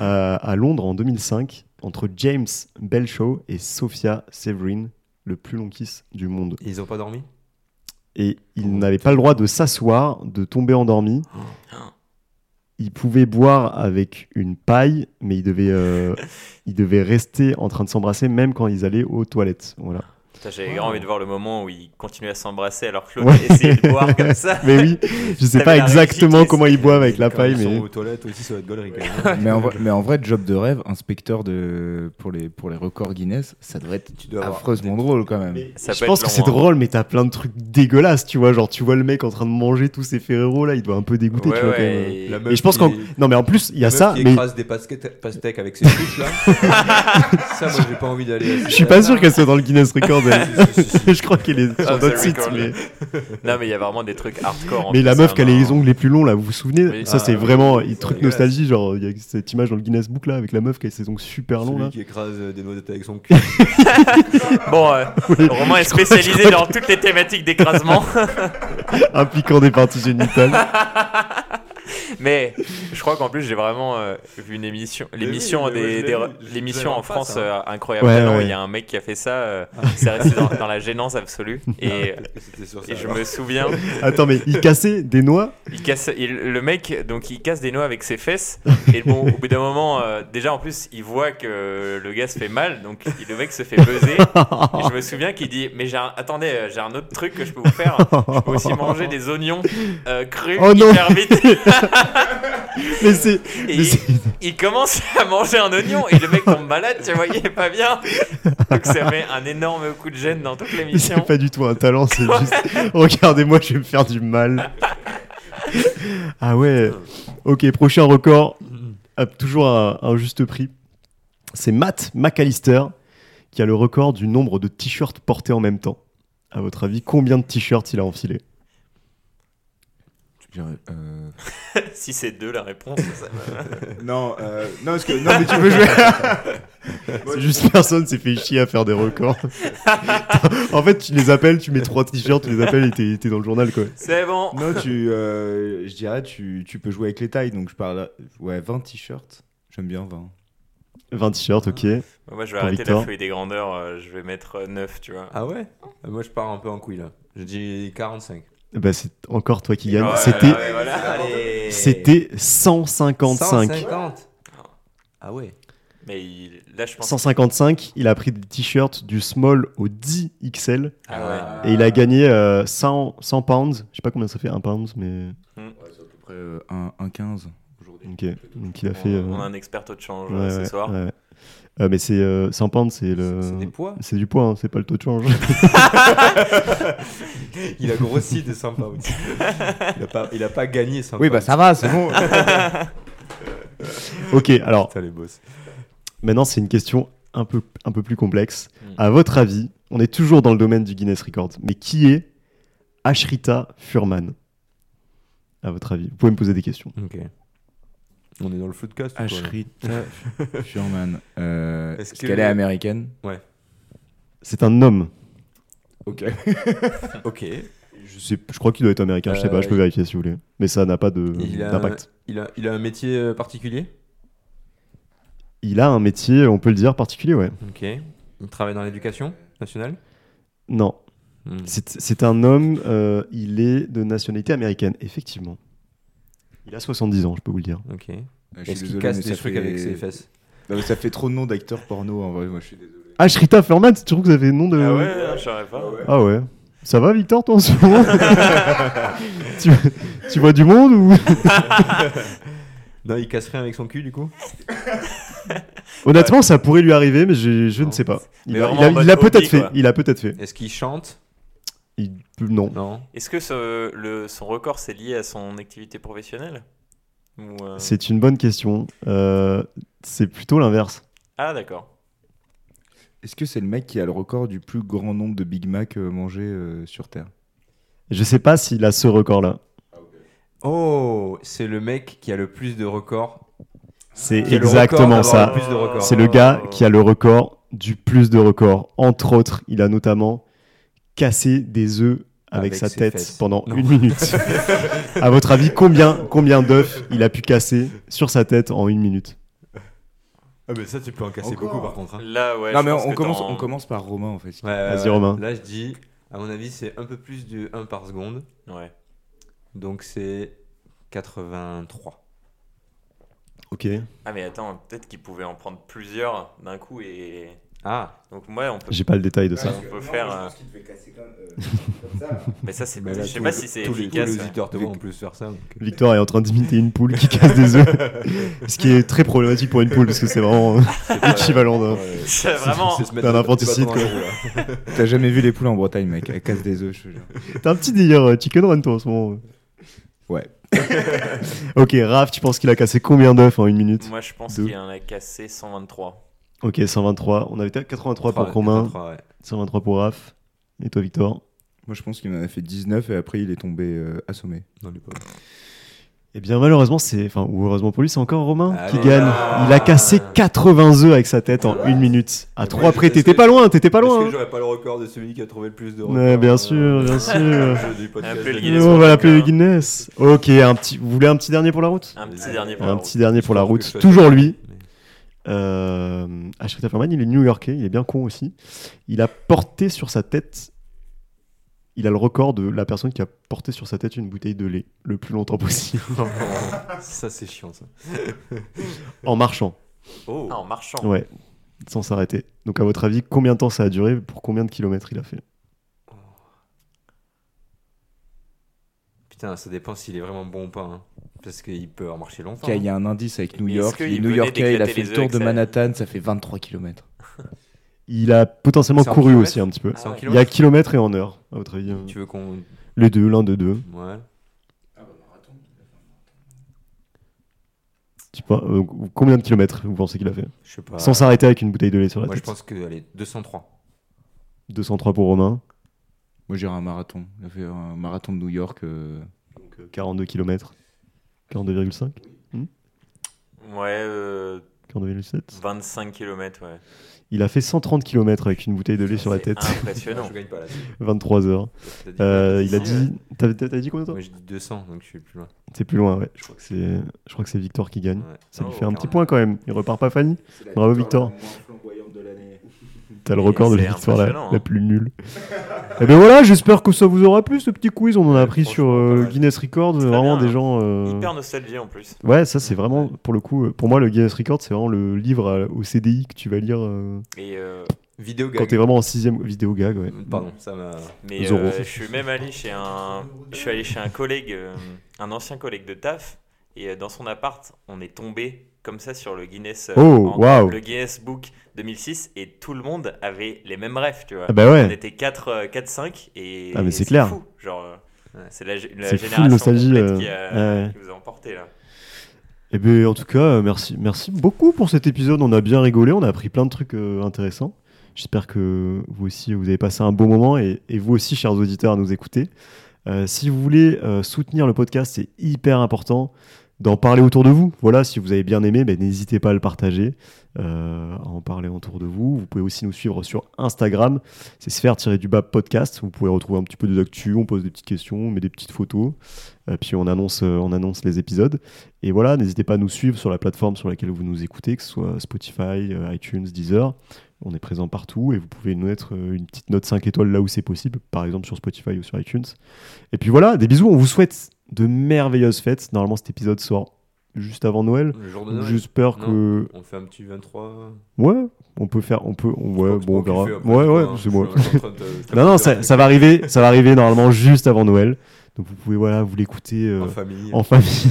A: Euh, à Londres en 2005 entre James Belshaw et Sophia Severin, le plus long kiss du monde.
C: Et ils ont pas dormi
A: Et
C: Oh,
A: ils n'avaient pas le droit de s'asseoir, de tomber endormi. Ils pouvaient boire avec une paille, mais ils devaient, euh, ils devaient rester en train de s'embrasser même quand ils allaient aux toilettes. Voilà.
B: Putain, J'avais grand envie de voir le moment où ils continuaient à s'embrasser alors que l'autre
A: Ouais.
B: essayait de boire comme ça.
A: Mais oui, je sais
B: T'avais
A: pas
B: la
A: exactement
B: réussite,
A: comment ils boivent avec la
C: Quand
A: paille,
C: ils
A: mais
C: sont aux toilettes aussi, ça va être gaulerie quand même.
E: mais, en vrai, mais en vrai, job de rêve, inspecteur de, pour, les, pour les records Guinness, ça devrait être
C: Tu dois avoir-
E: affreusement drôle quand même.
B: Ça
A: je
B: peut
A: pense
B: être
A: que
B: long,
A: c'est
B: hein.
A: drôle, mais t'as plein de trucs dégueulasses, tu vois. Genre, tu vois le mec en train de manger tous ses Ferrero là, il doit un peu dégoûter,
B: hein. Ouais,
A: tu vois.
B: ouais,
A: quand même.
B: et-
C: La
A: Et
C: meuf
A: je pense
C: qui-
A: qu'en. Non, mais en plus, il y a
C: la meuf
A: ça,
C: qui
A: mais
C: écrase des pasquettes- pastèques avec ses couches là. ça, moi, j'ai pas envie d'aller. à-
A: je suis pas sûr qu'elle soit dans le Guinness Record. elle. je crois qu'elle est sur
B: Of the
A: d'autres sites,
B: record.
A: mais,
B: Non, mais il y a vraiment des trucs hardcore. Ah, en
A: mais
B: plus,
A: la meuf
B: hein,
A: qui a
B: dans-
A: les ongles les plus longs là, vous vous souvenez
B: Oui.
A: Ça,
B: Ah,
A: c'est
B: oui,
A: vraiment
C: oui,
A: un
C: c'est
A: truc
C: dégueulasse.
A: nostalgie. Genre, il y a cette image dans le Guinness Book là, avec la meuf qui a ses ongles super longs
C: Celui
A: là.
C: qui écrase euh, des noisettes avec son cul.
B: Bon, euh, Romain est spécialisé dans toutes les thématiques d'écrasement.
A: Impliquant des parties génitales.
B: Mais je crois qu'en plus, j'ai vraiment euh, vu une émission, l'émission
C: mais ouais,
B: des,
C: je
B: des-
C: l'ai vu, je- je l'avais
B: l'émission
C: en
B: en
C: face,
B: France
C: hein.
B: euh, incroyable.
A: Ouais,
B: Talent,
A: ouais.
B: Il y a un mec qui a fait ça. euh, c'est resté dans, dans la gênance absolue. Et,
C: C'était sur Ah, ça.
B: et je
C: alors.
B: me souviens,
A: Attends, mais il cassait des noix.
B: il casse, il- le mec, donc il casse des noix avec ses fesses. Et bon, au bout d'un moment, euh, déjà en plus, il voit que le gars se fait mal, donc il- le mec se fait buzzer. Et je me souviens qu'il dit, mais j'ai un- attendez, euh, j'ai un autre truc que je peux vous faire. Je peux aussi manger des oignons euh, crus
A: Oh non.
B: hyper vite.
A: Mais c'est.
B: Et
A: mais
B: il,
A: c'est-
B: il commence à manger un oignon et le mec tombe malade, tu vois, il est pas bien. Donc ça met un énorme coup de gêne dans toute
A: Mais c'est
B: l'émission.
A: pas du tout un talent, c'est juste. Regardez-moi, je vais me faire du mal. ah ouais. Ok, prochain record. Ah, toujours un, un juste prix. C'est Matt McAllister qui a le record du nombre de t-shirts portés en même temps. À votre avis, combien de t-shirts il a enfilé
E: Je dirais, euh,
B: Si c'est deux la réponse, ça va.
E: Non, euh, non, parce que, non, mais tu veux jouer.
A: C'est juste personne s'est fait chier à faire des records. en fait, tu les appelles, tu mets trois t-shirts, tu les appelles et t'es t'es dans le journal quoi.
B: c'est bon.
E: Non, tu, euh, je dirais, tu, tu peux jouer avec les tailles. Donc, je parle. Ouais, 20 t-shirts. J'aime bien 20.
A: 20 t-shirts, ok.
B: Moi je vais
A: Pour
B: arrêter
A: Victor.
B: la feuille des grandeurs, euh, je vais mettre euh, neuf, tu vois.
C: Ah ouais Euh, Moi, je pars un peu en couille là. Je dis 45.
A: Bah, c'est encore toi qui gagne.
B: Ouais,
A: C'était
B: Oh ouais, voilà, allez.
A: C'était 155.
C: 150. Ah ouais.
B: Mais il- là je pense.
A: 155, il a pris des t-shirts du small au 10XL
B: Ah ouais.
A: et il a gagné euh, 100, 100 pounds. Je sais pas combien ça fait, 1 pound, mais.
E: Après, euh, un, un 15 aujourd'hui.
A: Ok. Donc il a fait. euh,
B: On a un expert au change
A: ouais,
B: euh,
A: ouais,
B: ce soir.
A: ouais. Euh, mais c'est euh, 100 pounds, c'est le.
C: C'est des poids.
A: C'est du poids, hein, c'est pas le taux de change.
C: Il a grossi de 100 pounds. Il a pas, il a pas gagné 100
E: Oui,
C: pounds.
E: bah ça va, c'est bon.
A: ok, alors
C: Putain, les boss.
A: maintenant c'est une question un peu, un peu plus complexe.
B: Mm.
A: À votre avis, on est toujours dans le domaine du Guinness Record, mais qui est Ashrita Furman À votre avis, vous pouvez me poser des questions.
C: Ok. On est dans le footcast
A: Ah,
C: ou quoi là
E: Ashrita Furman. Euh,
C: Est-ce
E: Est-ce
C: que-
E: qu'elle est américaine
A: C'est un homme.
E: Ok.
C: Ok.
A: Je, sais- je crois qu'il doit être américain, je sais pas, je peux
C: Euh,
A: vérifier si vous voulez. Mais ça n'a pas de-
C: Il a-
A: d'impact.
C: Il a, il a un métier euh, particulier
A: Il, a un métier, on peut le dire, particulier, ouais.
C: Ok. Il travaille dans l'éducation nationale
A: Non,
C: Hmm.
A: c'est c'est un homme, euh, il est de nationalité américaine, effectivement. Il a 70 ans, je peux vous le dire.
C: Ok. Est-ce qu'il casse des trucs avec ses fesses
E: Non, mais ça fait trop de noms d'acteurs porno en vrai. Moi, je suis désolé.
A: Ah, Shrita Furman, tu trouves que ça fait nom de.
B: Ah ouais, non, je saurais pas.
A: Ah ouais. Ça va, Victor, toi, en ce moment tu, tu vois du monde ou
C: Non, il casse rien avec son cul du coup
A: Honnêtement, ça pourrait lui arriver, mais je, je ne sais pas. Il
B: Mais
A: a-
B: vraiment
A: il a-
B: en mode
A: il l'a peut-être
B: hobby,
A: fait.
B: quoi.
A: Il a peut-être fait.
C: Est-ce qu'il chante
A: Il- Non.
C: Non.
B: Est-ce que ce- le, son record c'est lié à son activité professionnelle Ou, euh,
A: C'est une bonne question. Euh, c'est plutôt l'inverse.
B: Ah d'accord.
E: Est-ce que c'est le mec qui a le record du plus grand nombre de Big Mac euh, mangés euh, sur Terre
A: Je sais pas s'il a ce record-là.
C: Oh, c'est le mec qui a le plus de records
A: C'est
C: Qui est le
A: exactement
C: record d'avoir
A: ça.
C: le plus de records.
A: C'est le
B: Euh,
A: gars qui a le record du plus de records. Entre autres, il a notamment cassé des œufs avec,
C: Avec
A: sa
C: ses
A: tête
C: fesses.
A: pendant
C: Non.
A: une minute. à votre avis, combien, combien d'œufs il a pu casser sur sa tête en une minute
C: Ah, mais ça, tu peux en casser
E: Encore.
C: beaucoup par contre. hein.
B: Là, ouais.
E: non
B: je
E: mais
B: pense
E: on
B: que
E: commence,
B: dans-
E: on commence par Romain en fait.
A: Vas-y, Romain.
C: Là, je dis, à mon avis, c'est un peu plus de 1 par seconde.
B: Ouais.
C: Donc, c'est 83.
A: Ok.
B: Ah, mais attends, peut-être qu'il pouvait en prendre plusieurs d'un coup et.
C: Ah,
B: Donc, moi, on peut.
A: J'ai pas le détail de ça.
B: On peut faire, euh,
E: qu'il devait casser comme, euh, comme ça.
B: Mais ça, hein. c'est.
C: mais Eh ben, là,
B: je sais
C: tous
B: pas
C: les-
B: si c'est
C: tous les-
B: efficace.
C: Tous les
B: ouais.
C: auditeurs te vont en plus faire ça. donc- euh,
A: Victor est en train d'imiter une poule qui casse des œufs. ce qui est très problématique pour une poule parce que c'est vraiment équivalent d'un.
B: C'est vraiment.
C: C'est se
A: T'as
C: le-
A: n'importe
C: le bâton
A: qui,
C: dans les roues, là.
E: T'as jamais vu les poules en Bretagne mec, elles cassent des œufs je te jure.
A: T'as un petit délire euh, chicken run toi en ce moment.
E: Ouais.
A: ok, Raph, tu penses qu'il a cassé combien d'œufs en une minute
B: Moi, je pense
A: Deux.
B: qu'il en a cassé 123.
A: Ok, 123. On avait été à 83 pour
C: Trois,
A: Romain,
C: quatre, trois, ouais.
A: 123 pour Raph. Et toi, Victor
E: Moi je pense qu'il en a fait 19 et après il est tombé euh, assommé.
C: Non, lui, pas.
A: Eh bien, malheureusement, c'est. Enfin, ou heureusement pour lui, c'est encore Romain
C: Ah
A: qui
C: oui.
A: gagne.
C: Ah.
A: Il a cassé 80 œufs avec sa tête en une minute. À
C: Mais
A: trois
C: moi,
A: près,
C: j'étais-
A: t'étais pas loin, t'étais pas
C: Est-ce
A: loin. hein.
C: que j'aurais pas le record de celui qui a trouvé le plus de records
A: Ouais, bien
C: euh,
A: sûr, bien sûr.
C: je dis pas de
B: Ah,
C: gage.
B: plus le
A: Mais
B: Guinness
A: on
B: World
A: va
B: Record.
A: l'appeler le Oh, Guinness. Ok, un petit... vous voulez un petit dernier pour la route
B: Un petit
C: Allez.
B: dernier pour
A: Un
B: la
A: petit dernier pour la
C: Je pense que
A: route.
C: je fais-
A: Toujours lui.
C: Mais-
A: Euh, Ashton Offerman, il est new-yorkais, il est bien con aussi. Il a porté sur sa tête. Il a le record de la personne qui a porté sur sa tête une bouteille de lait le plus longtemps possible
C: Ça, c'est chiant, ça.
A: en marchant.
C: Oh.
B: Ah, en marchant.
A: Ouais, sans s'arrêter. Donc, à votre avis, combien de temps ça a duré Pour combien de kilomètres il a fait
C: Putain, ça dépend s'il est vraiment bon ou pas. hein. Parce qu'il peut en marcher longtemps. hein.
E: Ok, Il y a un indice avec New
B: Est-ce
E: York,
B: qu'il
E: il est
B: venait
E: New Yorkais, il a
B: d'éclater
E: fait
B: les
E: le
B: œufs
E: tour
B: avec
E: de
B: sa-
E: Manhattan, ça fait 23 km.
A: Il a potentiellement
C: C'est en
A: couru
C: kilomètres
A: aussi un petit peu.
C: C'est en
B: Ah ouais.
A: Il y a
C: kilomètres
A: kilomètres et en heure, à votre avis. euh,
C: Tu veux qu'on.
A: Les deux, l'un de deux.
C: Ouais.
A: Tu vois, euh, combien de kilomètres vous pensez qu'il a fait
C: Je sais pas.
A: Sans s'arrêter avec une bouteille de lait sur la
C: Bah, Moi, je
A: tête.
C: pense que, allez, 203.
A: 203 pour Romain,
E: Moi j'irai un marathon, il a fait un marathon de New York. euh,
A: donc euh, 42 kilomètres. 42,5
B: Ouais, euh,
A: 42,7
B: 25 km, ouais.
A: Il a fait 130 km avec une bouteille de lait sur la
B: C'est
A: tête,
B: Impressionnant.
C: Je gagne pas là.
A: 23 heures.
C: T'as dit
A: Euh,
C: quoi,
A: il a
C: t'as
A: dit. T'as t'as- t'as dit combien de temps
C: Moi, j'ai dit 200, donc je suis plus loin.
A: C'est plus loin, ouais. Je crois que c'est, je crois que c'est Victor qui gagne.
C: Ouais.
A: Ça lui
C: Oh,
A: fait un petit
C: carrément.
A: point quand même. Il repart pas Fanny. Bravo Victor. T'as le
B: Mais
A: record de
B: c'est
A: la victoire la,
B: impressionnant,
A: la
B: hein.
A: plus nulle. Et ben voilà, j'espère que ça vous aura plu ce petit quiz. On en a appris sur
C: franchement, pas
A: euh, le
C: mal.
A: Guinness Record.
B: Très
A: Vraiment
B: bien.
A: des gens. euh,
B: Hyper nostalgie en plus.
A: Ouais, ça c'est vraiment pour le coup. euh, Pour moi, le Guinness Record, c'est vraiment le livre à- au CDI que tu vas lire euh,
B: Et, euh,
C: Vidéo
A: quand t'es
C: gag.
A: vraiment en sixième vidéo gag. Ouais.
C: Pardon, ça m'a.
B: mais
A: Zorro.
B: euh, je suis même allé chez un, je suis allé chez un collègue, euh, un ancien collègue de taf, et euh, dans son appart, on est tombé comme ça sur le Guinness, euh,
A: Oh,
B: en-
A: waouh.
B: le Guinness Book 2006, et tout le monde avait les mêmes rêves, tu vois.
A: Ah bah
B: On
A: ouais.
B: était 4, 4-5 et
A: Ah, mais
B: et
A: c'est clair.
B: fou, genre, euh,
C: Ouais.
B: c'est la, la
A: C'est full
B: génération
A: nostalgie,
B: complète
A: euh,
B: qui, a-
A: ouais.
B: qui vous a emporté là.
A: Et ben en tout cas, euh, merci, merci beaucoup pour cet épisode. On a bien rigolé, on a appris plein de trucs euh, intéressants. J'espère que vous aussi vous avez passé un bon moment et, et vous aussi, chers auditeurs, à nous écouter. Euh, si vous voulez euh, soutenir le podcast, c'est hyper important d'en parler autour de vous. Voilà, si vous avez bien aimé, ben, n'hésitez pas à le partager, euh, à en parler autour de vous. Vous pouvez aussi nous suivre sur Instagram, c'est sphère-du-bas podcast. Vous pouvez retrouver un petit peu des actus, on pose des petites questions, on met des petites photos, euh, puis on annonce, euh, on annonce les épisodes. Et voilà, n'hésitez pas à nous suivre sur la plateforme sur laquelle vous nous écoutez, que ce soit Spotify, euh, iTunes, Deezer. On est présent partout et vous pouvez nous mettre euh, une petite note 5 étoiles là où c'est possible, par exemple sur Spotify ou sur iTunes. Et puis voilà, des bisous, on vous souhaite de merveilleuses fêtes. Normalement cet épisode sort juste avant Noël.
C: Le jour de
A: Donc,
C: Noël.
A: J'espère
C: Non.
A: que
C: On fait un petit 23.
A: ouais, on peut faire, on peut, on- ouais,
C: Je
A: bon on
C: pense qu'on
A: verra.
C: le fait après,
A: Ouais ouais,
C: hein.
A: c'est moi.
C: Je suis en train de- je suis en
A: Non
C: train
A: non,
C: de
A: ça,
C: faire
A: ça va arriver, ça va arriver normalement juste avant Noël. Donc vous pouvez voilà, vous l'écouter euh,
C: En famille.
A: en famille.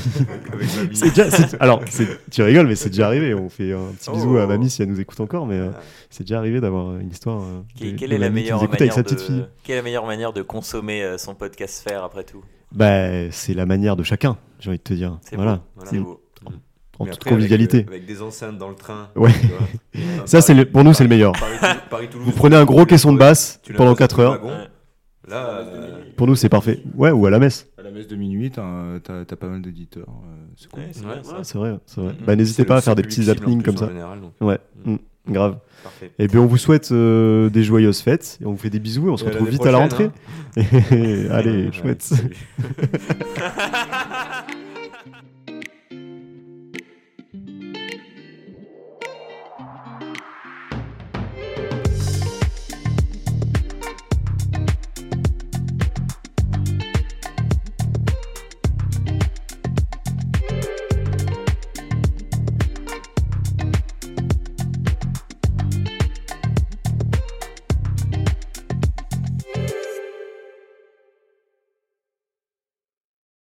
C: Avec mamie.
A: C'est déjà- c'est- alors, c'est- tu rigoles, mais c'est déjà arrivé. On fait un petit bisou
C: Oh.
A: à mamie si elle nous écoute encore, mais euh,
C: Ah.
A: c'est déjà arrivé d'avoir une histoire. euh,
B: Que-
A: de-
B: quelle
A: de
B: est la
A: mamie qui nous
B: meilleure
A: écoute avec
B: manière
A: sa petite
B: de
A: fille
B: quelle est la meilleure manière de consommer euh, son podcast faire après tout
A: Bah, c'est la manière de chacun, j'ai envie de te dire.
B: C'est
A: Voilà,
B: beau, c'est
A: Mm.
B: beau.
A: en toute
C: Mais après, avec,
A: convivialité.
C: euh, Avec, des enceintes dans le train.
A: Ouais.
C: tu vois.
A: Ça, c'est le- pour nous, c'est le meilleur.
C: Paris- Paris- Paris-Toulouse,
A: Vous prenez un gros caisson de basse
C: tu l'as
A: pendant
C: posé
A: 4
C: dans le
A: heures.
C: wagon.
B: Ouais.
C: Là, euh,
A: Pour nous, c'est parfait. Ouais, ou à la messe.
C: à la
E: la messe de minuit, t'as t'as- t'as pas mal d'auditeurs. euh, c'est cool.
B: Ouais, c'est
C: Ouais,
B: bien, ça.
A: Ouais, c'est vrai, c'est vrai.
B: Mhm.
A: Bah, n'hésitez
C: C'est
A: pas
C: le
A: à faire des
C: seul
A: petits
C: public cible, en
A: happenings
C: plus,
A: comme
C: hein. en
A: ça.
C: général, donc.
A: Ouais,
C: Mhm.
A: mm, grave.
B: Parfait.
A: Et bien, on vous souhaite euh, des joyeuses fêtes. Et on vous fait des bisous et on se
C: Et à
A: retrouve
C: l'année hein.
A: vite à la rentrée.
C: prochaine,
A: Allez, chouette.
C: Salut.